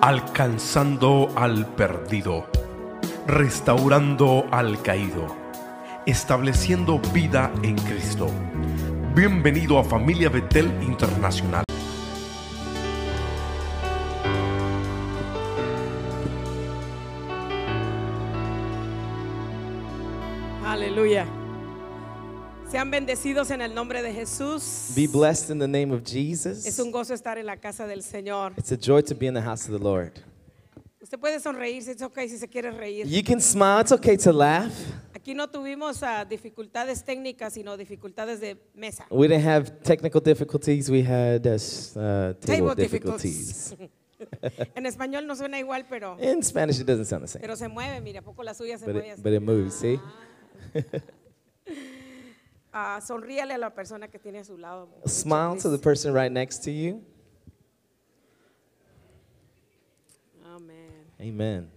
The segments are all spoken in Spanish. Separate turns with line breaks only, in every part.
alcanzando al perdido, restaurando al caído, estableciendo vida en Cristo. Bienvenido a Familia Betel Internacional.
Aleluya. Sean bendecidos en el nombre de Jesús.
Be blessed in the name of
Es
Jesus.
un gozo estar en la casa del Señor.
It's a joy to be in the house of the Lord.
Usted puede sonreírse, es ok si se quiere reír.
You can smile, it's okay to laugh.
Aquí no tuvimos ah, dificultades técnicas, sino dificultades de mesa.
We didn't have technical difficulties, we had uh, s- uh, table, difficulties.
en español no suena igual, pero,
In Spanish, it doesn't sound the same,
pero se mueve. Mira, poco la suya se
but
mueve
it,
así.
but it moves, see?
Ah, sonríale a la persona que tiene a su lado.
Smile to the person right next to you.
Amén.
Amen.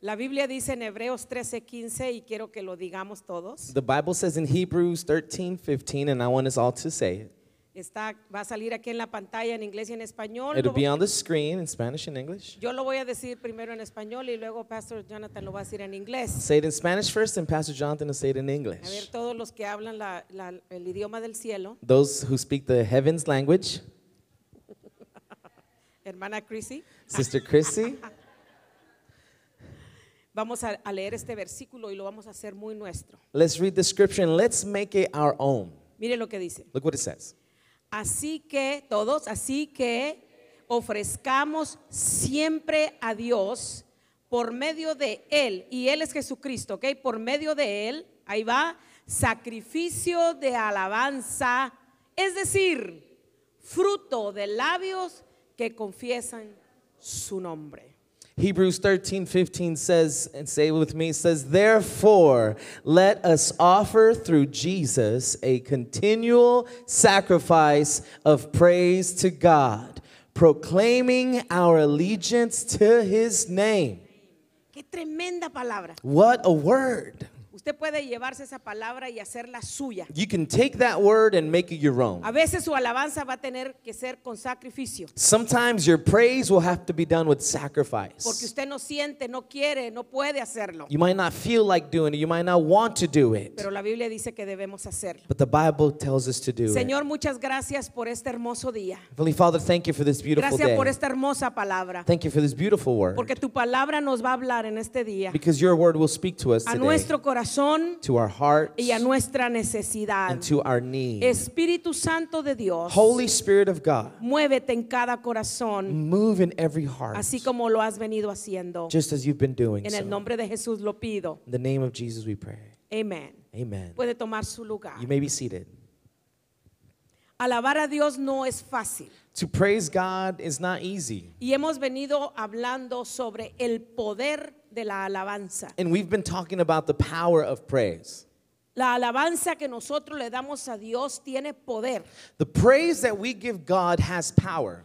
La Biblia dice en Hebreos 13, 15, y quiero que lo digamos todos.
The Bible says in Hebrews 13 15, and I want us all to say it.
Está, va a salir aquí en la pantalla en inglés y en español.
It'll
Lo-
be on the screen in Spanish and English.
Yo lo voy a decir primero en español y luego Pastor Jonathan lo va a decir en inglés.
Say it in Spanish first, and Pastor Jonathan will say it in
A ver,
English.
todos los que hablan la- la- el idioma del cielo,
Those who speak the heavens language,
hermana Chrissy,
Sister Chrissy.
vamos a, a leer este versículo y lo vamos a hacer muy nuestro.
Let's read the scripture and let's make it our own.
Mire lo que dice.
Look what it says.
Así que todos, así que ofrezcamos siempre a Dios por medio de Él, y Él es Jesucristo, ¿ok? Por medio de Él, ahí va, sacrificio de alabanza, es decir, fruto de labios que confiesan su nombre.
Hebrews 13, 15 says, and say it with me, it says, Therefore, let us offer through Jesus a continual sacrifice of praise to God, proclaiming our allegiance to his name.
Qué tremenda palabra.
What a word!
Usted puede llevarse esa palabra y hacerla suya.
You can take that word and make it your own.
A veces su alabanza va a tener que ser con sacrificio.
Sometimes your praise will have to be done with
Porque
sacrifice.
usted no siente, no quiere, no puede hacerlo.
You might not feel like doing it. You might not want to do it.
Pero la Biblia dice que debemos hacerlo.
But the Bible tells us to do it.
Señor, muchas gracias por este hermoso día.
Heavenly Father, thank you for this beautiful
Gracias
day.
por esta hermosa palabra.
Thank you for this beautiful word.
Porque tu palabra nos va a hablar en este día
Because your word will speak to us
a
today,
nuestro corazón
to our hearts
y a nuestra necesidad.
and to our needs.
Espíritu Santo de Dios,
Holy Spirit of God,
muévete en cada corazón,
move in every heart,
así como lo has venido haciendo.
just as you've been doing
En
so.
el nombre de Jesús lo pido.
In the name of Jesus we pray.
Amén.
Amen.
Puede tomar su lugar.
You may be seated.
Alabar a Dios no es fácil.
To praise God is not easy.
Y hemos venido hablando sobre el poder de la alabanza.
And we've been talking about the power of praise.
La alabanza que nosotros le damos a Dios tiene poder,
The praise that we give God has power.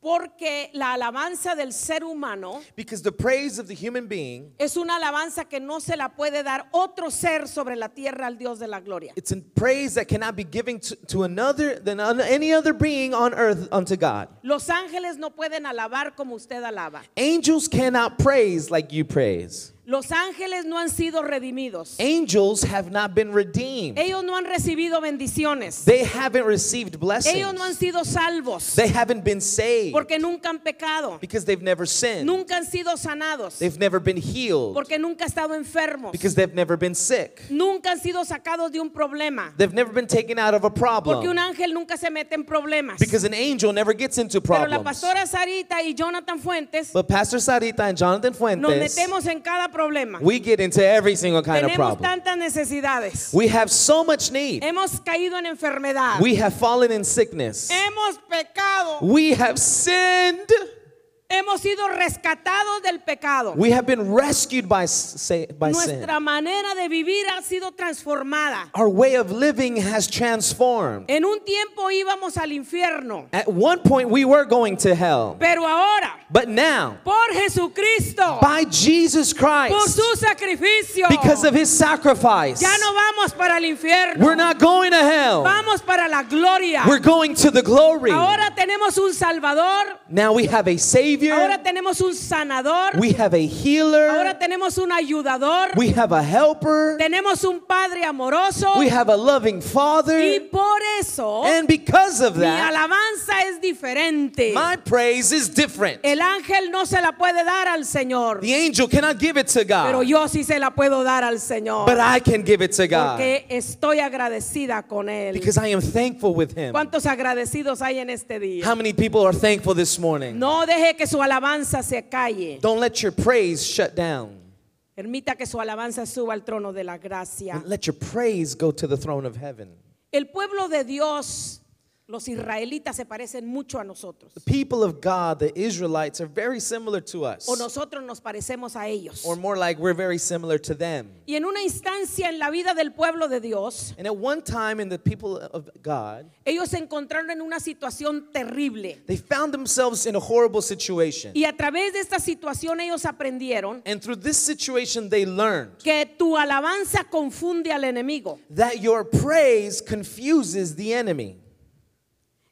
porque la alabanza del ser humano
Because the praise of the human being
es una alabanza que no se la puede dar otro ser sobre la tierra al Dios de la gloria.
It's a praise that cannot be given to, to another than un- any other being on earth unto God.
Los ángeles no pueden alabar como usted alaba.
Angels cannot praise like you praise.
Los ángeles no han sido redimidos.
Angels have not been redeemed.
Ellos no han recibido bendiciones.
They haven't received
Ellos no han
blessings.
sido salvos
They haven't been saved
porque nunca han pecado.
because they've never sinned.
Nunca han sido sanados.
They've never been healed
Porque nunca han estado enfermos.
because they've never been sick.
Nunca han sido sacados de un problema.
They've never been taken out of a
Porque un
problem
ángel nunca se mete en problemas.
because an angel never gets into
Pero la
problems.
pastora Sarita y Jonathan Fuentes
But Pastor Sarita and Jonathan
nos
Fuentes,
metemos en cada problema.
we get into every single kind of
Tenemos
problem.
tantas necesidades.
We have so much need.
Hemos caído en enfermedad.
We have fallen in sickness.
Hemos pecado.
We have sinned.
Hemos sido rescatados del pecado.
We have been rescued by, s- sa- by sin.
Nuestra manera de vivir ha sido transformada.
Our way of living has transformed.
En un tiempo íbamos al infierno,
At one point, we were going to hell.
pero ahora,
But now,
por Jesucristo,
by Jesus
por
Christ,
su sacrificio,
because of his sacrifice,
Ya no vamos para el infierno.
we're not going to hell.
Vamos para la gloria.
We're going to the glory.
Ahora tenemos un Salvador
Now we have a Savior.
Ahora tenemos un sanador.
We have a healer.
Ahora tenemos un ayudador.
We have a helper.
Tenemos un padre amoroso.
We have a loving
Y
father.
por eso
And because of
mi
that,
alabanza es diferente.
my praise is different.
El ángel no se la puede dar al Señor,
The angel cannot give it to
pero
God,
yo sí se la puedo dar al Señor.
but I can give it to God
Porque estoy agradecida con Él.
because I am thankful with Him.
¿Cuántos agradecidos hay en este día?
How many people are thankful this morning?
No deje que su alabanza se calle.
Don't let your praise shut down.
Permita que su alabanza suba al trono de la gracia.
And let your praise go to the throne of heaven.
El pueblo de Dios, los israelitas se parecen mucho a nosotros.
The people of God, the Israelites, are very similar to us,
O nosotros nos parecemos a ellos.
or more like we're very similar to them.
Y en una instancia en la vida del pueblo de Dios,
And at one time in the people of God,
ellos se encontraron en una situación terrible.
they found themselves in a horrible situation.
Y a través de esta situación ellos aprendieron
And through this situation, they learned
que tu alabanza confunde al enemigo.
that your praise confuses the enemy.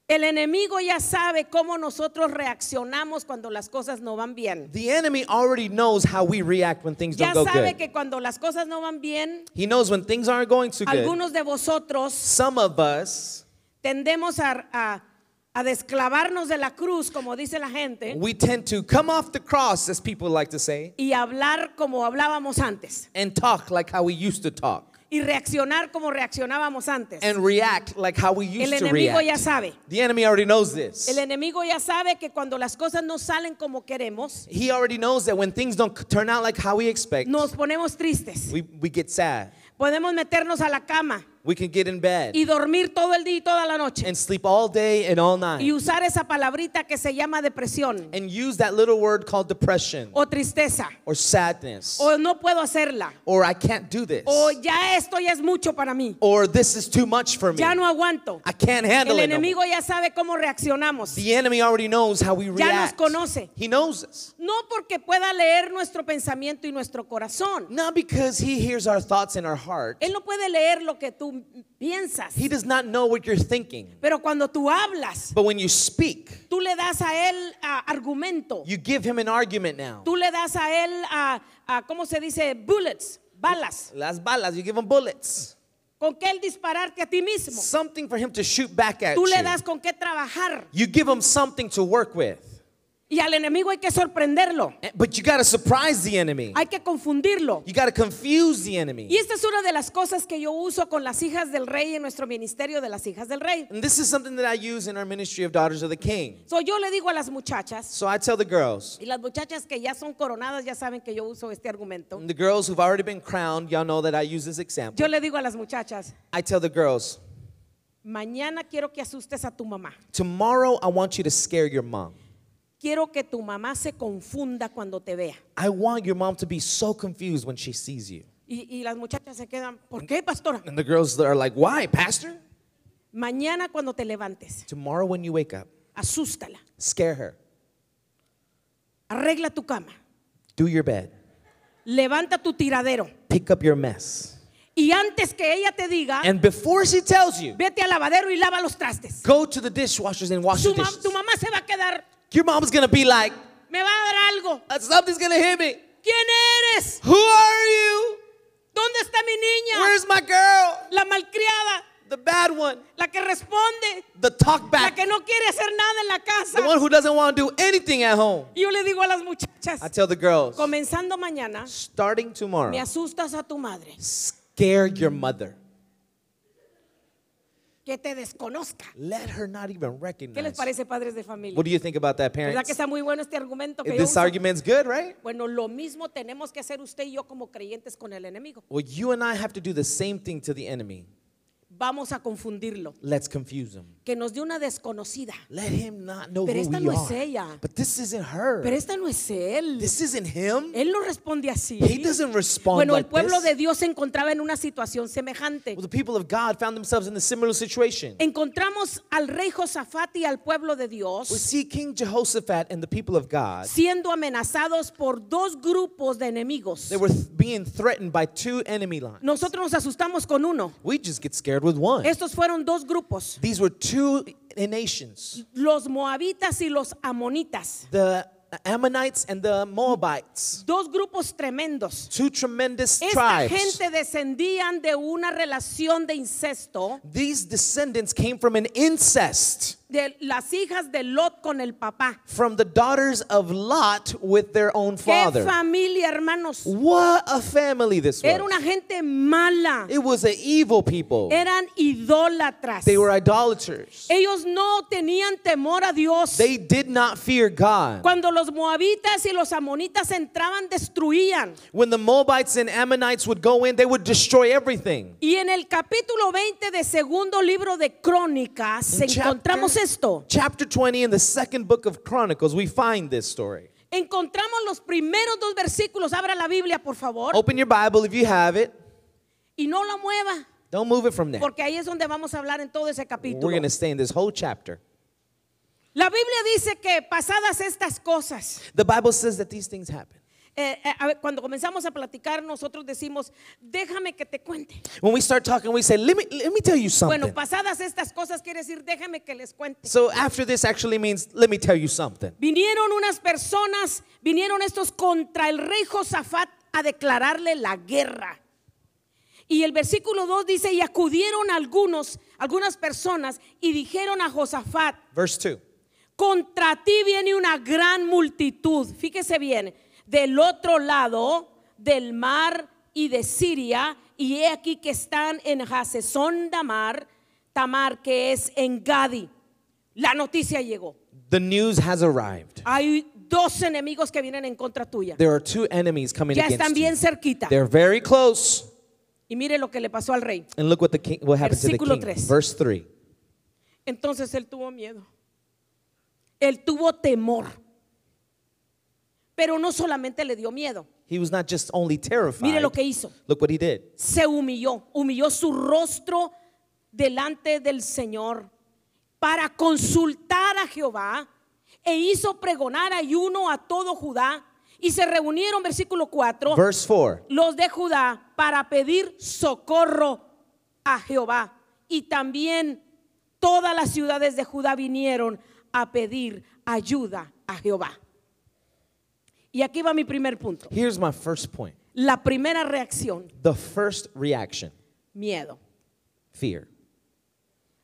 El enemigo ya sabe cómo nosotros reaccionamos cuando las cosas no van bien.
The enemy already knows how we react when things
Ya
don't go
sabe
good.
que cuando las cosas no van bien,
He knows when things aren't going too good.
algunos de vosotros
Some of us,
tendemos a, a- a desclavarnos de la cruz, como dice la gente,
we tend to come off the cross, as people like to say,
y hablar como hablábamos antes,
and talk like how we used to talk,
y reaccionar como reaccionábamos antes.
and react like how we
El
used to
enemigo ya
react.
sabe.
The enemy already knows this.
El enemigo ya sabe que cuando las cosas no salen como queremos,
He already knows that when things don't c- turn out like how we expect,
nos ponemos tristes.
we, we get sad.
Podemos meternos a la cama
We can get in bed
y dormir todo el día y toda la noche
and sleep all day and all night
y usar esa palabrita que se llama depresión
and use that little word called depression
o tristeza
or sadness
o no puedo hacerla
or I can't do this
o ya esto ya es mucho para mí,
or this is too much for me.
ya no aguanto.
I can't handle
El
it. no more.
enemigo ya sabe cómo reaccionamos.
The enemy already knows how we
Ya nos
react.
conoce.
He knows us.
No porque pueda leer nuestro pensamiento y nuestro corazón.
Not because he hears our thoughts in our heart.
Él no puede leer lo que tú piensas.
He does not know what you're thinking.
Pero cuando tú hablas,
But when you speak,
tú le das a él ah, argumento.
you give him an argument now.
Tú le das a él, a, ¿cómo se dice? Bullets, balas.
Las balas, you give him bullets.
Con qué él dispararte a ti mismo.
Something for him to shoot back at
Tú le
you.
das con qué trabajar.
You give him something to work with.
Y al enemigo hay que sorprenderlo.
Eh, But you got to surprise the enemy.
Hay que confundirlo.
You got to confuse the enemy.
Y esta es una de las cosas que yo uso con las hijas del rey en nuestro ministerio de las hijas del rey.
And this is something that I use in our ministry of Daughters of the King.
So, yo le digo a las muchachas,
So I tell the girls,
y las muchachas que ya son coronadas ya saben que yo uso este argumento.
and the girls who've already been crowned, y'all know that I use this example.
Yo le digo a las muchachas,
I tell the girls,
mañana quiero que asustes a tu mamá.
Tomorrow, I want you to scare your mom.
Quiero que tu mamá se confunda cuando te vea.
I want your mom to be so confused when she sees you.
Y, y las muchachas se quedan, ¿por qué, pastora?
And the girls are like, Why, Pastor?
Mañana cuando te levantes,
Tomorrow, when you wake up,
asústala,
scare her.
arregla tu cama,
Do your bed.
levanta tu tiradero.
Pick up your mess.
Y antes que ella te diga,
And before she tells you,
vete al lavadero y lava los trastes.
go to the dishwashers and wash
Su
the
mam-
dishes.
tu mamá se va a quedar,
Your mom's gonna be like,
me va a dar algo.
"Uh, Something's gonna hit me.
¿Quién eres?
Who are you?
¿Dónde está mi niña?
Where's my girl?
La malcriada,
The bad one.
la que responde,
The talk
la
back.
que no quiere hacer nada en la casa.
The one who doesn't wanna do anything at home.
Y yo le digo a las muchachas,
I tell the girls,
comenzando mañana,
starting tomorrow,
me asustas a tu madre,
scare your mother.
que te desconozca.
Let her not even recognize.
¿Qué les
you.
parece, padres de familia?
What do you think about that,
¿Verdad que
parents?
está muy bueno este argumento que yo
This
uso?
argument's good, right?
Bueno, lo mismo tenemos que hacer usted y yo como creyentes con el enemigo.
Well, you and I have to do the same thing to the enemy.
Vamos a confundirlo.
Let's confuse him.
Que nos dé una desconocida.
Let him not know
Pero
who
esta
we
no es
are.
ella.
But this isn't her.
Pero esta no es Eh. él.
This isn't him.
Él no responde así.
He doesn't respond
Bueno, el
like
pueblo
this.
de Dios se encontraba en una situación semejante.
Well, the people of God found themselves in a similar situation.
Eh. Encontramos al rey Josafat y al pueblo de
We
Dios
see King Jehoshaphat and the people of God.
siendo amenazados por dos grupos de enemigos.
They were th- being threatened by two enemy lines.
Nosotros nos asustamos con uno.
We just get scared with one.
Estos fueron dos grupos,
These were two nations.
los moabitas y los amonitas.
The the Ammonites and the Moabites,
Dos grupos tremendos.
two tremendous
Esta
tribes.
gente descendían de una relación de incesto
These descendants came from an incest,
de las hijas de Lot con el papá.
from the daughters of Lot with their own
¡Qué
father.
familia, hermanos!
What a family this
Era
was.
una gente mala.
It was an evil people.
Eran idólatras.
They were idolaters.
Ellos no tenían temor a Dios.
They did not fear God.
Cuando los moabitas y los amonitas entraban, destruían.
When the Moabites and Ammonites would go in, they would destroy everything.
Y en el capítulo 20 de segundo libro de Crónicas
In chapter-
encontramos esto.
Chapter 20 in the second book of Chronicles, we find this story.
Encontramos los primeros dos versículos. Abra la Biblia, por favor.
Open your Bible if you have it.
Y no la mueva,
Don't move it from there.
porque ahí es donde vamos a hablar en todo ese capítulo.
We're going to stay in this whole chapter.
La Biblia dice que pasadas estas cosas,
The Bible says that these things happen.
eh, eh, a ver, cuando comenzamos a platicar, nosotros decimos, déjame que te cuente.
When we start talking, we say, let me, let me tell you something.
Bueno, pasadas estas cosas quiere decir, déjame que les cuente.
So after this actually means, let me tell you something.
Vinieron unas personas, vinieron estos contra el rey Josafat a declararle la guerra. Y el versículo 2 dice, y acudieron algunos, algunas personas, y dijeron a Josafat,
Verse 2.
contra ti viene una gran multitud, fíjese bien, del otro lado del mar y de Siria, y he aquí que están en Hasesón Damar, Tamar, que es en Gadi. La noticia llegó.
The news has arrived.
Hay dos enemigos que vienen en contra tuya.
There are two enemies coming
Ya están
against you.
bien cerquita.
They're very close.
Y mire lo que le pasó al rey.
And look what the king, what happened to the
Versículo
king.
tres.
Verse 3.
Entonces él tuvo miedo. Él tuvo temor. Pero no solamente le dio miedo.
He was not just only terrified.
Mire lo que hizo.
Look what he did.
Se humilló. Humilló su rostro delante del Señor para consultar a Jehová. E hizo pregonar ayuno a todo Judá. Y se reunieron, versículo 4.
Verse 4.
los de Judá para pedir socorro a Jehová. Y también todas las ciudades de Judá vinieron a pedir ayuda a Jehová. Y aquí va mi primer punto.
Here's my first point.
La primera reacción,
The first reaction,
miedo.
fear.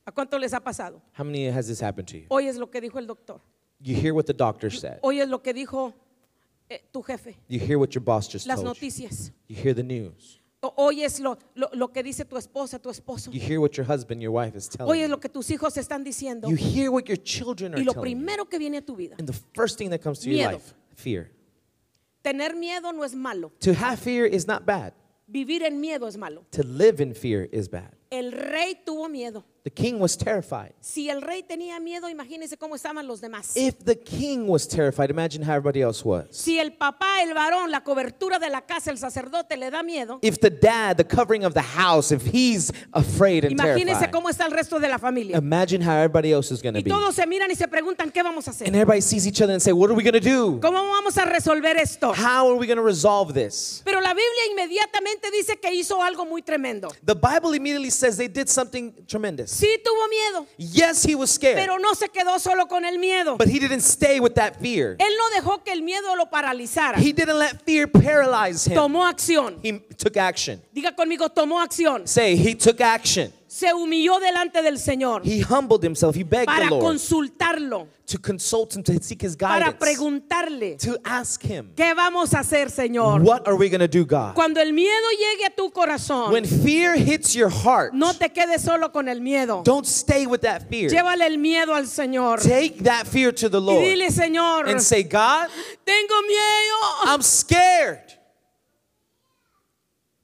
¿A cuánto les ha pasado?
How many has this happened to you?
Hoy es lo que dijo el doctor.
You hear what the doctor said.
Hoy es lo que dijo eh, tu jefe.
You hear what your boss just
Las
told you.
noticias.
You hear the news.
O- Hoy es lo, lo- lo que dice tu esposa, tu esposo.
You hear what your husband, your wife is telling
Hoy es
you.
lo que tus hijos están diciendo.
You hear what your children are
Y lo
telling you.
primero que viene a tu vida.
And the first thing that comes to your
Miedo.
life, fear.
Tener miedo no es malo.
To have fear is not bad.
Vivir en miedo es malo.
To live in fear is bad.
El rey tuvo miedo.
The king was terrified.
Si el rey tenía miedo, imagínense cómo estaban los demás.
If the king was terrified, imagine how everybody else was.
Si el papá, el varón, la cobertura de la casa, el sacerdote le da miedo,
If the dad, the covering of the house, if he's afraid and
imagínense
terrified,
cómo está el resto de la familia.
imagine how everybody else is going to
Y
be.
todos se miran y se preguntan, ¿qué vamos a
And
hacer?
everybody sees each other and say, "What are we going to do?
¿Cómo vamos a resolver esto?
How are we going to resolve this?"
Pero la Biblia inmediatamente dice que hizo algo muy tremendo.
The Bible immediately says they did something tremendous.
Sí tuvo miedo,
Yes, he was scared,
pero no se quedó solo con el miedo.
but he didn't stay with that fear.
Él no dejó que el miedo lo paralizara.
He didn't let fear paralyze him.
Tomó acción.
He took action.
Diga conmigo, tomó acción.
Say, he took action.
se humilló delante del Señor
He humbled himself. He begged
para
the Lord
consultarlo,
to consult him, to seek his
para
guidance,
preguntarle,
to ask him,
¿qué vamos a hacer, Señor?
"What are we going to do, God?"
Cuando el miedo llegue a tu corazón,
When fear hits your heart,
no te quedes solo con el miedo.
don't stay with that fear.
Llévale el miedo al Señor
Take that fear to the
y
Lord
dile, Señor,
and say, God,
tengo miedo.
I'm scared.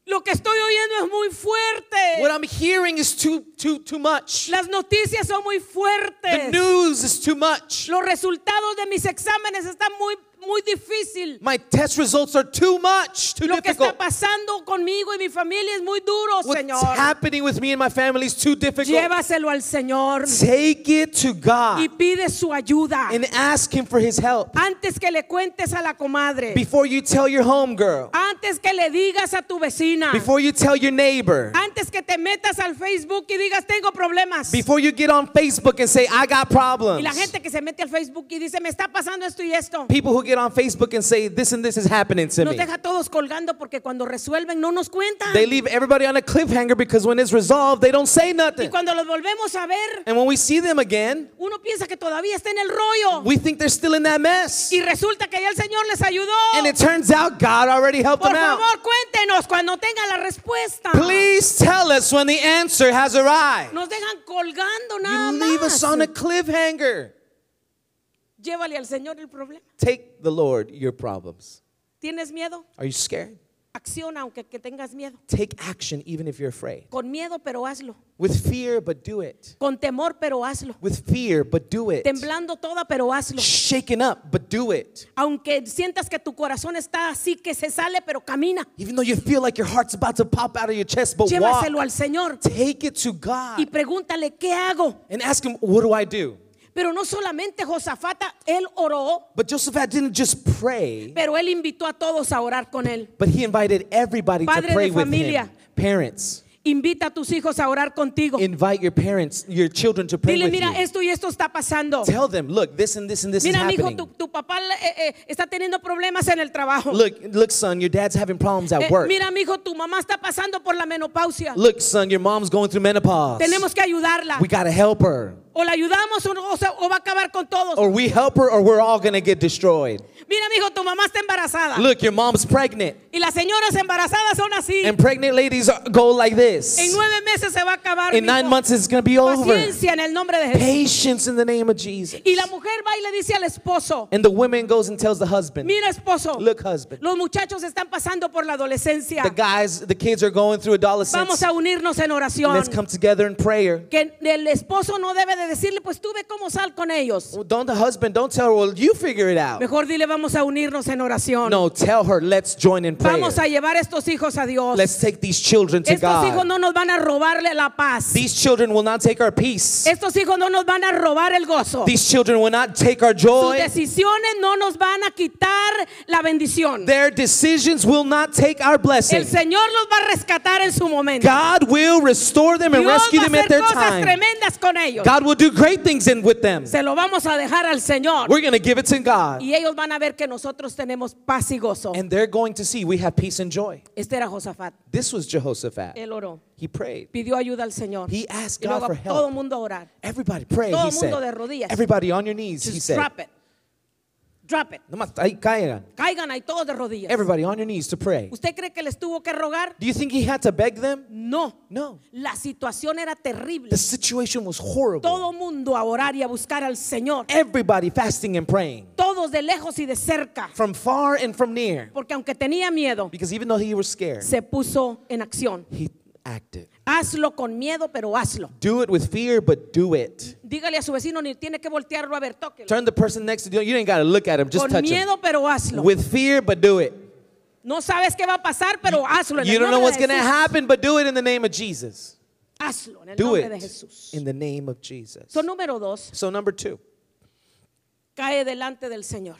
Lo que estoy oyendo es muy
What
fuerte.
I'm hearing is too, too, too much.
Las noticias son muy
The
fuertes.
news is too much.
Los resultados de mis exámenes están muy, muy difícil.
My test results are too much, too
Lo que está
difficult.
pasando conmigo y mi familia es muy duro,
What's
Señor.
happening with me and my family is too difficult.
Llévaselo al Señor
Take it to
y
God
pide su ayuda
and ask Him for His help
antes que le cuentes a la comadre,
before you tell your homegirl,
antes que le digas a tu vecina,
before you tell your neighbor,
antes que te metas al Facebook y digas tengo problemas. Y
before you get on Facebook and say, I got problems.
la gente que se mete al Facebook y dice me está pasando esto y esto.
People who get get on Facebook and say, this and this is happening to
Nos
me.
deja todos colgando porque cuando resuelven no nos cuentan.
They leave everybody on a cliffhanger because when it's resolved, they don't say
Y
nothing.
cuando los volvemos a ver,
And when we see them again,
uno piensa que todavía está en el rollo.
we think they're still in that mess.
Y resulta que ya el Señor les ayudó.
And it turns out God already helped
Por
them out.
favor, cuéntenos cuando tengan la respuesta.
Please tell us when the answer has arrived.
Nos dejan colgando nada
You leave us
más.
on a cliffhanger.
Llévale al Señor el problema.
Take the Lord your problems.
¿Tienes miedo?
Are you scared?
Acciona aunque que tengas miedo.
Take action even if you're afraid.
Con miedo, pero hazlo.
With fear, but do it.
Con temor, pero hazlo.
With fear, but do it.
Temblando toda, pero hazlo.
Shaken up, but do it.
Aunque sientas que tu corazón está así que se sale, pero camina.
Even though you feel like your heart's about to pop out of your chest, but walk.
Llévaselo al Señor
Take it to God
y pregúntale, ¿qué hago?
and ask him, what do I do?
Pero no solamente Josafata, él oró,
But Josephat didn't just pray,
pero él invitó a todos a orar con él.
but he invited everybody
Padre
to
de
pray with him.
familia.
Parents,
Invita a tus hijos a orar contigo.
invite your parents, your children to pray
Dile,
with
mira,
you.
esto y esto está pasando.
Tell them, look, this and this and this is
Mira, mijo,
happening.
tu, tu papá eh, eh, está teniendo problemas en el trabajo.
Look, look, son, your dad's having problems at
Eh,
work.
mira, mijo, tu mamá está pasando por la menopausia.
Look, son, your mom's going through menopause.
Tenemos que ayudarla.
We gotta help her.
O la ayudamos o, no- o sea, o va a acabar con todos.
Or we help her, or we're all gonna get destroyed.
Mira, mijo, tu mamá está embarazada.
Look, your mom's pregnant,
Y las señoras embarazadas son así.
and pregnant ladies are- go like
En
this.
nueve meses se va a acabar.
In
mijo.
nine months, it's gonna be over.
Paciencia en el nombre de Jesús.
Patience in the name of Jesus.
Y la mujer va y le dice al esposo,
And the woman goes and tells the husband,
mira esposo,
Look, husband.
los muchachos están pasando por la adolescencia.
the guys, the kids are going through
Vamos
adolescence.
a unirnos en oración.
Let's come together in prayer.
Que el esposo no debe de decirle, pues tú ve cómo sal con ellos.
Well, don't the husband, don't tell her, well, you figure it out.
Mejor dile, vamos a unirnos en oración.
No, tell her, let's join in prayer.
Vamos a llevar estos hijos a Dios.
Let's take these children to
Estos hijos
God.
no nos van a robarle la paz.
These children will not take our peace.
Estos hijos no nos van a robar el gozo.
These children will not take our
Sus
joy.
decisiones no nos van a quitar la bendición.
Their decisions will not take our
El
blessing.
Señor los va a rescatar en su momento.
God will restore them and
Dios
rescue
va a
them at
hacer
their
cosas
time.
tremendas con ellos.
God will do great things in with them.
Se lo vamos a dejar al Señor.
We're going to give it to God.
Y ellos van a ver que nosotros tenemos paz y gozo.
And they're going to see we have peace and joy.
Este era Josafat.
This was Jehoshaphat.
Él oró.
He prayed.
Pidió ayuda al Señor.
He asked
y
God
luego
for
a todo el
help.
mundo a orar.
Everybody pray,
Todo
he said.
mundo de rodillas.
Everybody on your knees, he
Just
said.
drop it. Drop it.
Nomás ahí caigan.
Caigan ahí todos de rodillas.
Everybody on your knees to pray.
¿Usted cree que les tuvo que rogar?
Do you think he had to beg them?
No.
No.
La situación era terrible.
The situation was horrible.
Todo mundo a orar y a buscar al Señor.
Everybody fasting and praying
Todos de lejos y de cerca.
from far and from near.
Porque aunque tenía miedo,
Because even though he was scared,
se puso en acción.
he acted.
Hazlo con miedo, pero hazlo.
Do it with fear, but do it.
Dígale a su vecino, ni tiene que voltearlo a ver, tóquelo.
Turn the person next to you. You ain't got to look at him, just
Con
touch him.
miedo, pero hazlo.
With fear, but do it.
No sabes qué va a pasar, pero hazlo. En
You
el
don't
nombre
know what's
de
going to
Jesús.
happen, but do it in the name of Jesus.
Hazlo en el
Do
nombre de
it
Jesús.
in the name of Jesus.
So, número dos,
So, number two,
cae delante del Señor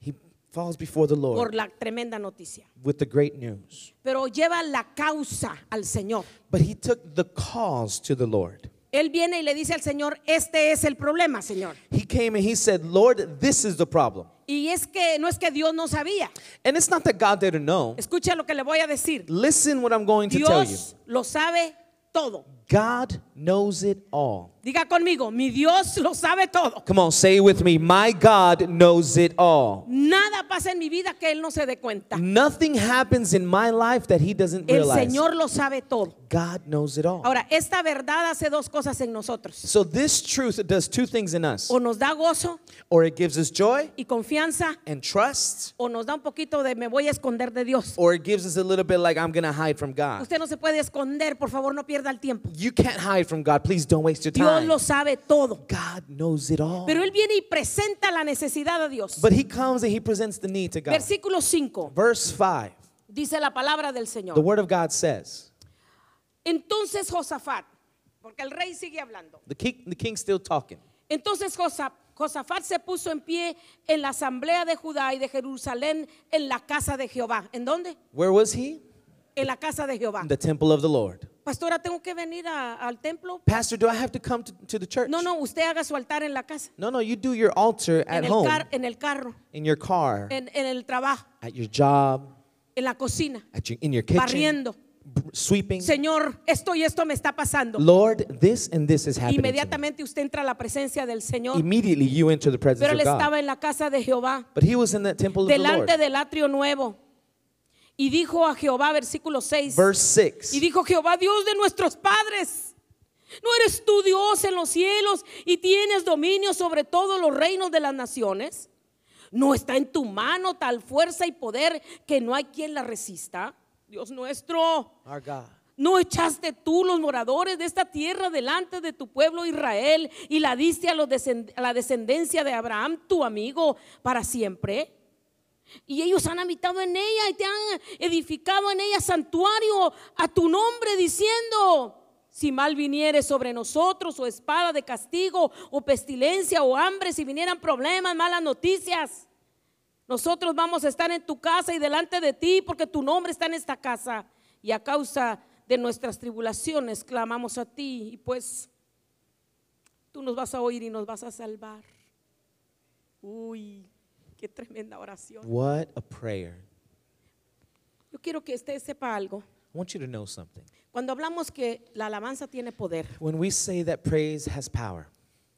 he falls before the Lord
por la tremenda noticia.
with the great news.
Pero lleva la causa al Señor.
But he took the cause to the Lord.
Él viene y le dice al Señor, este es el problema, Señor.
He came and he said, Lord, this is the problem.
Y es que no es que Dios no sabía.
And it's not that God didn't know.
Escucha lo que le voy a decir.
Listen what I'm going to tell you.
Dios lo sabe todo.
God knows it all.
Diga conmigo, mi Dios lo sabe todo.
Come on, say it with me. My God knows it all.
Nada pasa en mi vida que Él no se dé cuenta.
Nothing happens in my life that he doesn't
El
realize.
Señor lo sabe todo.
God knows it all.
Ahora, esta verdad hace dos cosas en nosotros.
So this truth does two things in us.
O nos da gozo
Or it gives us joy
y confianza,
and trust,
o nos da un poquito de me voy a esconder de Dios.
or it gives us a little bit like I'm going to hide from God.
Usted no se puede esconder, por favor, no pierda el tiempo.
You can't hide from God. Please don't waste your
Dios
time.
lo sabe todo.
God knows it all.
Pero Él viene y presenta la necesidad a Dios.
But he comes and he presents the need to God.
Versículo 5
Verse 5.
dice la palabra del
The
Señor.
word of God says,
Entonces Josafat, porque el rey sigue hablando.
the king the king's still talking.
Entonces Josa- Josafat se puso en pie en la asamblea de Judá y de Jerusalén en la casa de Jehová. ¿En dónde?
Where was he?
En la casa de Jehová.
In the temple of the Lord.
Pastora, tengo que venir a- al templo.
Pastor, do I have to come to, to the church?
No, no, usted haga su altar en la casa,
No, no, you do your altar at
en el,
home,
car- en el carro,
in your car,
en, en el trabajo,
at your job,
en la cocina,
at your, in your kitchen,
barriendo.
b- sweeping.
Señor, esto y esto me está pasando.
Lord, this and this is happening. to me.
Inmediatamente usted entra a la presencia del Señor.
Immediately you enter the presence
Pero él
of God.
estaba en la casa de Jehová,
But he was in the temple of the Lord.
delante del atrio nuevo. Y dijo a Jehová, versículo 6.
Verse 6.
Y dijo Jehová, Dios de nuestros padres, ¿no eres tú Dios en los cielos y tienes dominio sobre todos los reinos de las naciones? ¿No está en tu mano tal fuerza y poder que no hay quien la resista? Dios nuestro,
Our God.
¿no echaste tú los moradores de esta tierra delante de tu pueblo Israel y la diste a, los descend- a la descendencia de Abraham, tu amigo, para siempre? Y ellos han habitado en ella y te han edificado en ella santuario a tu nombre, diciendo, si mal viniere sobre nosotros o espada de castigo o pestilencia o hambre, si vinieran problemas, malas noticias, nosotros vamos a estar en tu casa y delante de ti, porque tu nombre está en esta casa. Y a causa de nuestras tribulaciones clamamos a ti y pues tú nos vas a oír y nos vas a salvar. Uy, qué tremenda oración.
What a prayer.
Yo quiero que usted sepa algo.
I want you to know something.
Cuando hablamos que la alabanza tiene poder,
When we say that praise has power,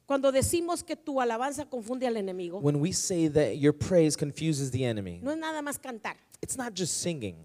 cuando decimos que tu alabanza confunde al enemigo,
when we say that your praise confuses the enemy,
no es nada más cantar.
it's not just singing.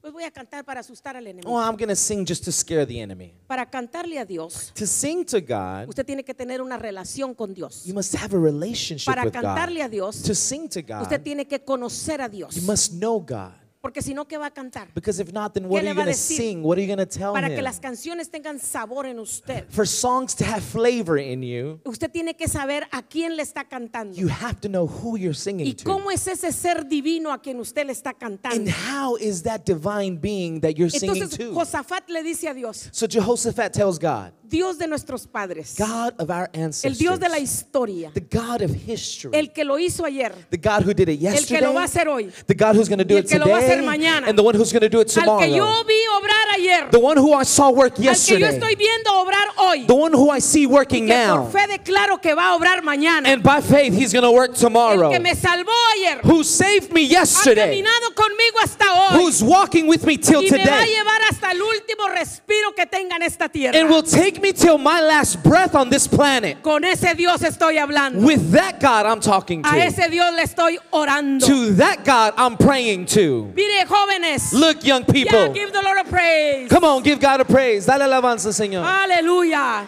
Pues voy a cantar para asustar al
Oh,
enemigo.
I'm going to sing just to scare the enemy.
Para cantarle a Dios,
To sing to God,
usted tiene que tener una relación con Dios.
you must have a relationship
Para
with God.
cantarle a Dios,
To sing to
usted
God,
tiene que conocer a Dios.
you must know God.
Porque si no, ¿qué va a cantar?
Because if not, then what
¿Qué
are
le
you
va a
going to
decir?
sing? What are you going to tell
Para que
him?
las canciones tengan sabor en usted.
For songs to have flavor in you,
Usted tiene que saber a quién le está cantando.
you have to know who you're singing
Y
to.
cómo es ese ser divino a quien usted le está
And
cantando.
how is that divine being that you're singing
Entonces
to?
Josafat le dice a Dios,
So Jehoshaphat tells God,
Dios de nuestros padres,
God of our ancestors,
el Dios de la historia,
the God of history,
el que lo hizo ayer,
the God who did it
el
yesterday,
que lo va a hacer hoy,
the God who's going to do
y
it
el que lo va a
today,
hacer mañana,
and the one who's going to do it
al que
tomorrow,
yo vi obrar ayer,
the one who I saw work
al que yo
yesterday,
estoy viendo obrar hoy,
the one who I see
y
working
que por
now,
fe declaro que va a obrar mañana,
and by faith he's going to work
el
tomorrow,
que me salvó ayer,
who saved me
ha
yesterday,
caminado conmigo hasta hoy,
who's walking with me till
y me va a
today,
llevar hasta el último respiro que tenga en esta
and
tierra.
will take me till my last breath on this planet.
Con ese Dios estoy hablando,
With that God I'm talking
a
to,
ese Dios le estoy orando.
to that God I'm praying to.
Mire, jóvenes.
Look, young
Yeah,
people.
give the Lord a praise.
Come on, give God a praise. Dale alabanza,
Ah.
Señor.
Aleluya.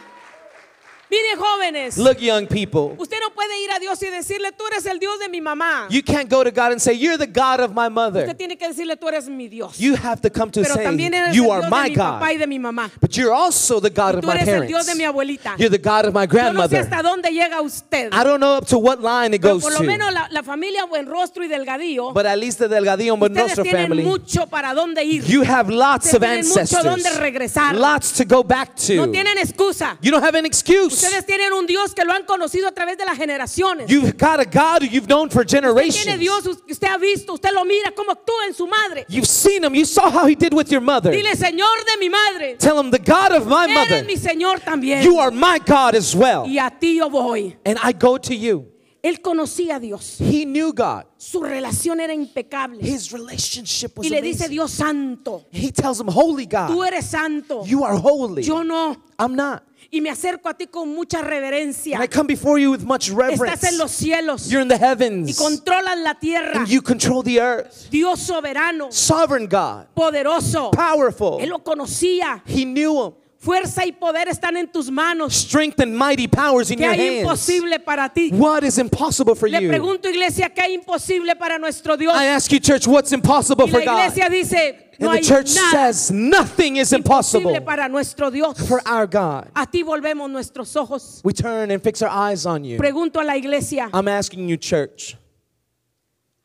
Mire, jóvenes.
Look, young people.
Usted no puede ir a Dios y decirle, tú eres el Dios de mi mamá.
You can't go to God and say, You're the God of my
Usted
mother.
tiene que decirle, tú eres mi Dios.
You have to come to
Pero
say,
también eres el
You
Dios
are
de
my
mi papá y
God.
de mi mamá.
But you're also the God of
Tú
my
eres el Dios
parents.
de mi abuelita.
You're the God of my
Yo no sé
grandmother.
hasta dónde llega usted.
I don't know up to what line it
Pero
goes
por lo menos
to.
la, la familia Buenrostro y Delgadillo,
But at least the Delgadillo
ustedes
Nuestra
tienen
family,
mucho para dónde ir.
you have lots
Ustedes
of
tienen mucho
ancestors,
dónde regresar.
lots to go back
no
to.
tienen excusa.
You don't have an excuse.
Ustedes tienen un Dios que lo han conocido a través de las generaciones.
You've got a God who you've known for
Usted tiene
generations.
Dios, usted ha visto, usted lo mira cómo actúa en su madre.
You've seen him. You saw how he did with your mother.
Dile, Señor de mi madre,
Tell him, the God of my
eres
mother,
mi Señor también.
you are my God as well.
Y a ti yo voy.
And I go to you.
Él conocía a Dios.
He knew God.
Su relación era impecable.
His relationship
Y
was
le dice,
amazing.
Dios santo,
He tells him, holy
tú
God,
eres santo.
you are holy.
Yo no.
I'm not.
Y me acerco a ti con mucha reverencia.
And I come before you with much
Estás en los
reverence.
cielos
You're in the
y
heavens.
controlas la tierra.
And you control the earth.
Dios soberano,
Sovereign God.
poderoso.
Powerful.
Él lo conocía.
He knew him.
Fuerza y poder están en tus manos.
Strength and mighty powers in
¿Qué
your
hay
hands.
imposible para ti?
What is impossible for
Le
you?
pregunto, iglesia, ¿qué hay imposible para nuestro Dios?
I ask you, church, what's impossible
Y la
for God?
iglesia dice, no
And the
hay
church
nada
says nothing is
imposible
impossible
para nuestro Dios.
for our God.
A ti volvemos nuestros ojos.
We turn and fix our eyes on you.
Pregunto a la iglesia,
I'm asking you, church,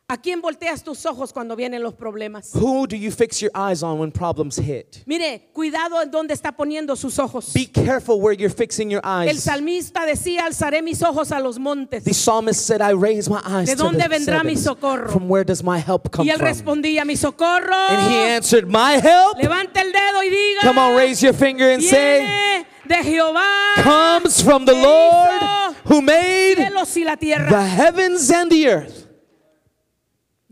¿A quién volteas tus ojos cuando vienen los problemas?
Who do you fix your eyes on when problems hit?
Mire, cuidado en dónde está poniendo sus ojos.
Be careful where you're fixing your
El
eyes.
salmista decía, alzaré mis ojos a los montes.
The psalmist said, I raise my eyes
¿De
to the
dónde vendrá mi
heavens.
socorro?
From where does my help come
Y él
from?
respondía, mi socorro.
And he answered, My help,
Levanta el dedo y diga,
come on, raise your finger and say,
viene de Jehová
comes from the
que
Lord
hizo
who made
cielos y la
the
tierra.
heavens and the earth.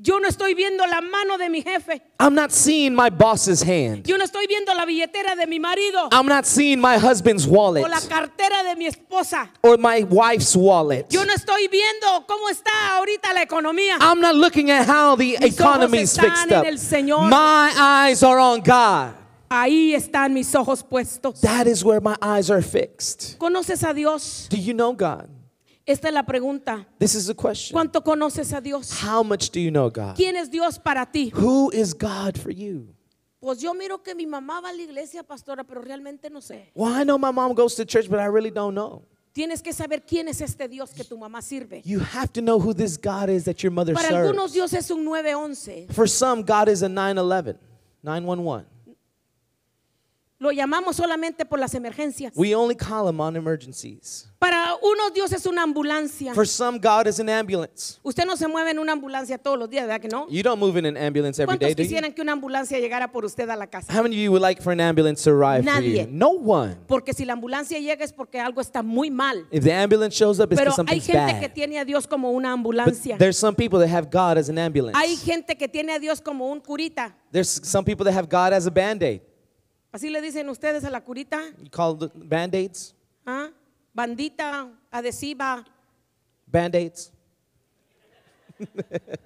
Yo no estoy viendo la mano de mi jefe.
I'm not seeing my boss's hand.
Yo no estoy viendo la billetera de mi marido
I'm not seeing my husband's
o
wallet
la cartera de mi esposa.
or my wife's wallet.
Yo no estoy viendo cómo está ahorita la economía.
I'm not looking at how the
Mis ojos
economy's
están
fixed
en
up.
el Señor.
My eyes are on God.
Ahí están mis ojos puestos.
That is where my eyes are fixed.
¿Conoces a Dios?
Do you know God?
Esta es la pregunta.
This is the question.
¿Cuánto conoces a Dios?
How much do you know God?
¿Quién es Dios para ti?
Who is God for you?
Pues yo miro que mi mamá va a la iglesia, pastora, pero realmente no sé.
Well, I know my mom goes to church, but I really don't know.
Tienes que saber quién es este Dios que tu mamá sirve.
You have to know who this God is that your mother
Para algunos
serves.
Dios es un 911.
For some, God is a 911, 911.
Lo llamamos solamente por las emergencias.
We only call him on emergencies.
Para unos Dios es una ambulancia.
For some, God is an ambulance.
Usted no se mueve en una ambulancia todos los días, ¿verdad que no?
You don't move in an ambulance every
¿Cuántos
day, do you?
quisieran que una ambulancia llegara por usted a la casa?
How many of you would like for an ambulance to arrive for you?
Nadie.
No one.
Porque si la ambulancia llega es porque algo está muy mal.
If the ambulance shows up, it's
Pero
because
hay
something's
gente que
bad.
tiene a Dios como una
But
ambulancia.
there's some people that have God as an ambulance.
Hay gente que tiene a Dios como un curita.
There's some people that have God as a band-aid.
Así le dicen ustedes a la curita,
You call the band-aids?
¿ah? bandita, adhesiva.
Band-aids.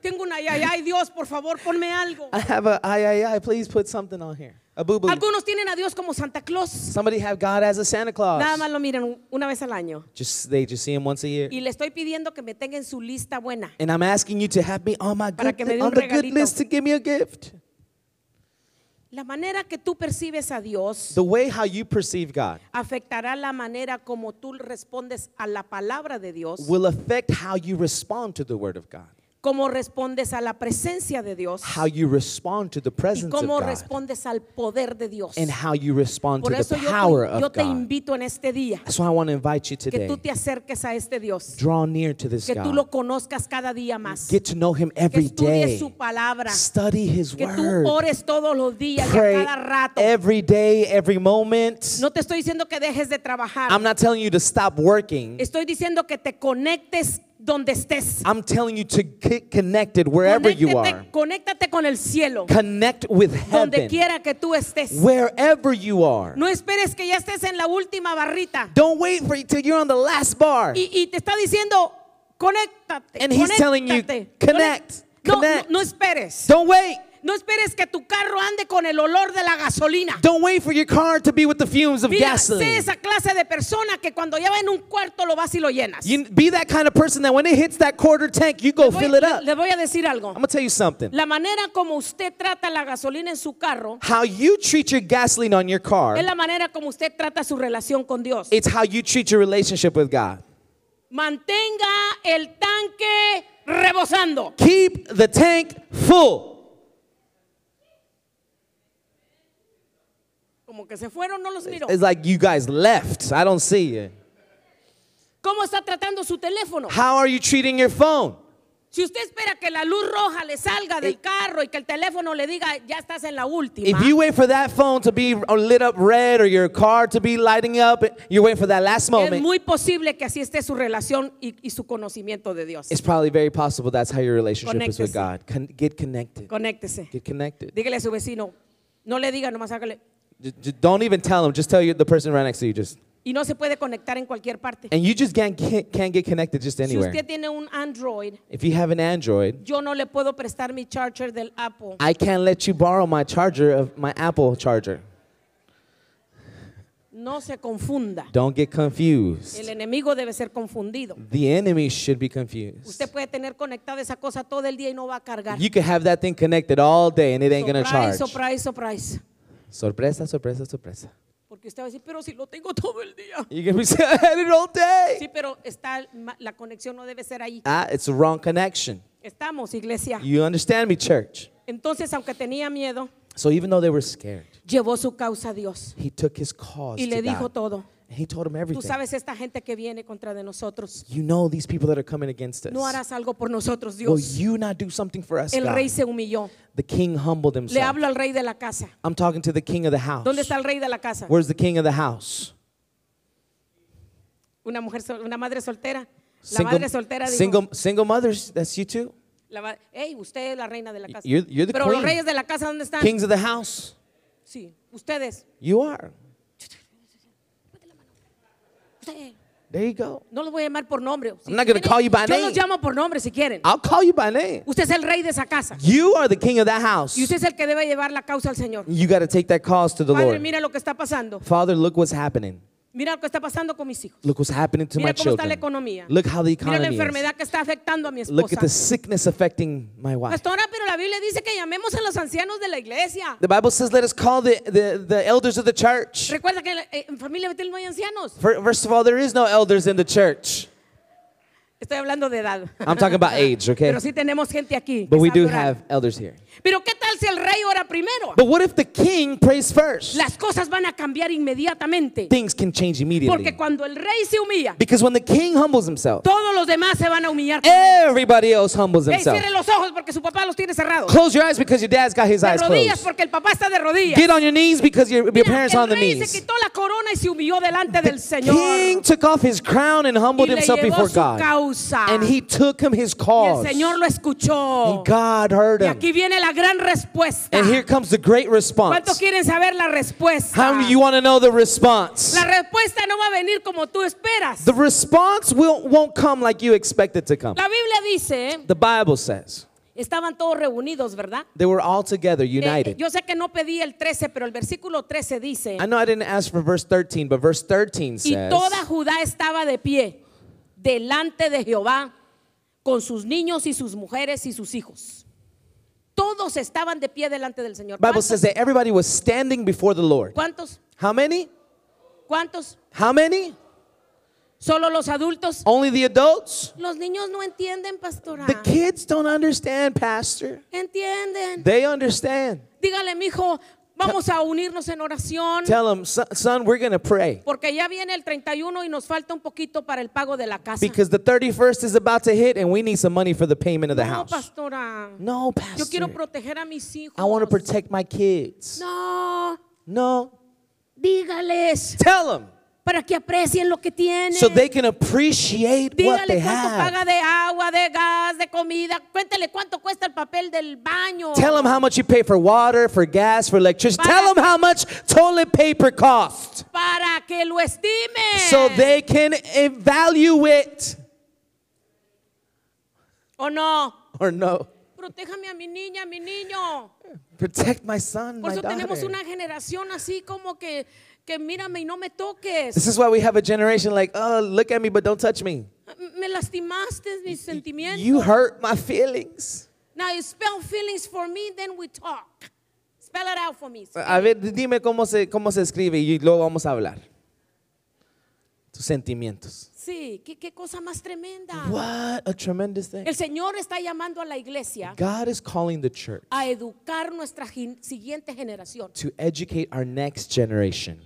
Tengo una, ay, ay, ay, Dios, por favor, ponme algo.
I have a I, I, I. Please put something on here. A boo-boo.
Algunos tienen a Dios como Santa Claus.
Somebody have God as a Santa Claus.
Nada más lo miran un- una vez al año.
Just they just see him once a year.
Y le estoy pidiendo que me tenga en su lista buena.
And I'm asking you to have me on my
Para
good,
que me dé
on
un
the good
regalito.
list to give me a gift.
La manera que tú percibes a Dios
The way how you perceive God
afectará la manera como tú respondes a la palabra de Dios,
will affect how you respond to the word of God.
cómo respondes a la presencia de Dios
how you respond to the
y
presence of
cómo
God
respondes al poder de Dios.
and how you respond
Por
to
eso
the
yo,
power
te,
of
yo te
God.
invito en este día
That's why I want to invite you
que
today.
tú te acerques a este Dios,
Draw near to this
que tú
God.
lo conozcas cada día más, que
Get to know Him every
estudies
day.
su palabra,
Study His
que
word.
tú ores todos los días y a
Pray
cada rato.
every day, every moment.
No te estoy diciendo que dejes de trabajar,
I'm not telling you to stop working.
estoy diciendo que te conectes donde estés.
I'm telling you to get connected wherever you
Conéctate-
are.
Conéctate con el cielo,
Connect with
donde
heaven.
quiera que tú estés.
Wherever you are.
No esperes que ya estés en la última barrita.
Don't wait for till you're on the last bar.
Y, y te está diciendo, conéctate.
And he's telling you,
conéctate,
connect,
conect- No, no,
connect.
no esperes.
Don't wait.
No esperes que tu carro ande con el olor de la gasolina.
Don't wait for your car to be with the fumes of
Mira, sé
gasoline.
esa clase de persona que cuando ya va en un cuarto lo vas y lo llenas.
You be that kind of person that when it hits that quarter tank, you go
Voy-
fill it up.
le voy a decir algo.
I'm gonna tell you something.
La manera como usted trata la gasolina en su carro
How you treat your gasoline on your car,
es la manera como usted trata su relación con Dios.
it's how you treat your relationship with God.
Mantenga el tanque rebosando.
Keep the tank full.
Como que se fueron, no los miro.
It's like you guys left. I don't see you.
¿Cómo está tratando su teléfono?
How are you treating your phone?
Si usted espera que la luz roja le salga del carro y que el teléfono le diga, ya estás en la última,
If you wait for that phone to be lit up red or your car to be lighting up, you're waiting for that last
es
moment.
muy posible que así esté su relación y, y su conocimiento de Dios.
It's probably very possible that's how your relationship is
Conéctese.
with God. Con- get connected.
Conéctese.
Get connected.
Dígale a su vecino, no le diga, nomás hágale.
J- j- don't even tell them. Just tell you the person right next to you. Just
Y no se puede conectar en cualquier parte.
and you just can't can't, can't get connected just
Si
anywhere.
usted tiene un Android,
If you have an Android,
yo no le puedo prestar mi charger del Apple.
I can't let you borrow my charger of my Apple charger.
No se confunda.
Don't get
El
confused.
enemigo debe ser confundido.
The enemy should be confused.
Usted puede tener conectada esa cosa todo el día y no va a cargar.
You can have that thing connected all day and it ain't gonna
Surprise,
charge.
surprise, surprise.
Sorpresa, sorpresa, sorpresa.
Porque Porque usted va a decir, pero si lo tengo todo el día.
You're gonna be saying, I had it all day.
Sí, pero está ma- la conexión no debe ser ahí.
Ah, it's the wrong connection.
Estamos, iglesia.
You understand me, church?
Entonces, aunque tenía miedo,
So even though they were scared,
llevó su causa a Dios
he took his cause.
y le
to
dijo
God.
todo.
And he told him
Tú
everything.
sabes esta gente que viene contra de nosotros.
You know these people that are coming against us.
No harás algo por nosotros,
Will
Dios.
you not do something for us?
El
Oh, God?
rey se humilló.
The king humbled
Le
himself.
hablo al rey de la casa.
I'm talking to the king of the house.
¿Dónde está el rey de la casa?
Where's the king of the house?
Una mujer, sol- una madre soltera. La
Single,
madre soltera dijo,
single, single mothers, that's you too.
la ma- "Ey, usted es la reina de la casa.
You're- you're the
Pero los
queen.
reyes de la casa, ¿dónde están?
Kings of the house,
Sí, ustedes.
you are.
Usted.
There you go.
No los voy a llamar por nombre. Si
I'm not gonna
quieren,
call you by
yo
name.
los llamo por nombre si quieren.
I'll call you by name.
Usted es el rey de esa casa.
You are the king of that house.
Y usted es el que debe llevar la causa al Señor.
You got to take that cause to the
Padre,
Lord.
mira lo que está pasando.
Father, look what's happening.
Mira lo que está pasando con mis hijos.
Look what's happening to
Mira
my
cómo está la
children.
economía.
Look how the
Mira la
economy is.
enfermedad que está afectando a mi
Look
esposa.
at the sickness affecting my wife.
Pastora, pero la Biblia dice que llamemos a los ancianos de la iglesia.
The Bible says, let us call the, the, the elders of the church.
Recuerda que en la- en familia Betel no hay ancianos.
Fir- First of all, there is no elders in the church.
Estoy hablando de edad.
I'm talking about age, okay?
Pero sí tenemos gente aquí. que
But we
sabe
do
orar.
have elders here.
Pero ¿qué tal si el rey ora primero?
But what if the king prays first?
Las cosas van a cambiar inmediatamente.
Things can change
Porque
immediately.
cuando el rey se humilla,
Because when the king humbles himself,
todos los demás se van a humillar. con él.
everybody else humbles
Ey,
himself.
cierre los ojos porque su papá los tiene cerrados.
Close your eyes because your dad's got his
De
eyes
rodillas
closed.
porque el papá está de rodillas.
Get on your knees because your, your
Mira,
parents
el
are on the
rey se
knees.
quitó la corona y se humilló delante del Señor.
King took off his crown and humbled
Y le
himself
llevó
before
su
God.
causa.
And he took him his
Y el
cause.
Señor
And
lo escuchó.
God heard
Y
him.
aquí viene la gran respuesta.
And here comes the great
¿Cuántos
response.
quieren saber la respuesta?
How do you want to know the response?
La respuesta no va a venir como tú esperas.
The response will, won't come like you expect it to come.
La Biblia dice, eh,
The Bible says
estaban todos reunidos, ¿verdad?
they were all together,
Eh,
united.
yo sé que no pedí el 13, pero el versículo 13 dice,
I know I didn't ask for verse 13, but verse 13
y
says,
toda Judá estaba de pie delante de Jehová con sus niños y sus mujeres y sus hijos. Todos estaban de pie delante del Señor.
Bible
¿Cuántos?
says that everybody was standing before the Lord.
¿Cuántos?
How many?
¿Cuántos?
How many?
Solo los adultos.
Only the adults?
Los niños no entienden, pastora.
Oh. The kids don't understand, pastor.
Entienden.
They understand.
Dígale, mijo, vamos a unirnos en oración.
Tell them, "Son- son, we're going to pray
Porque ya viene el 31 y nos falta un poquito para el pago de la casa.
because the 31st is about to hit and we need some money for the payment of the
No,
house.
pastora.
No,
Yo quiero
pastor.
proteger a mis hijos.
I want to protect my kids.
No,
No.
dígales
Tell them
para que aprecien lo que tienen.
so they can appreciate what they
Dígale cuánto paga
have.
de agua, de gas, de comida. Cuéntale cuánto cuesta el papel del baño.
Tell them how much you pay for water, for gas, for electricity.
Para-
Tell them how much toilet paper costs
para que lo estimen.
so they can evaluate
¿O no?
or no.
Protéjame a mi niña, a mi niño.
Protect my son,
Por
my
eso tenemos
daughter.
una generación así como que, que mírame y no me toques.
This is why we have a generation like, oh, look at me, but don't touch me.
Me lastimaste mis sentimientos.
You hurt my feelings.
Now you spell feelings for me, then we talk. Spell it out for me.
A ver, dime cómo se, cómo se escribe y luego vamos a hablar. Tus sentimientos.
Sí, qué, qué cosa más tremenda.
What a tremendous thing.
El Señor está llamando a la iglesia
God is calling the church
a educar nuestra gen- siguiente generación.
to educate our next generation.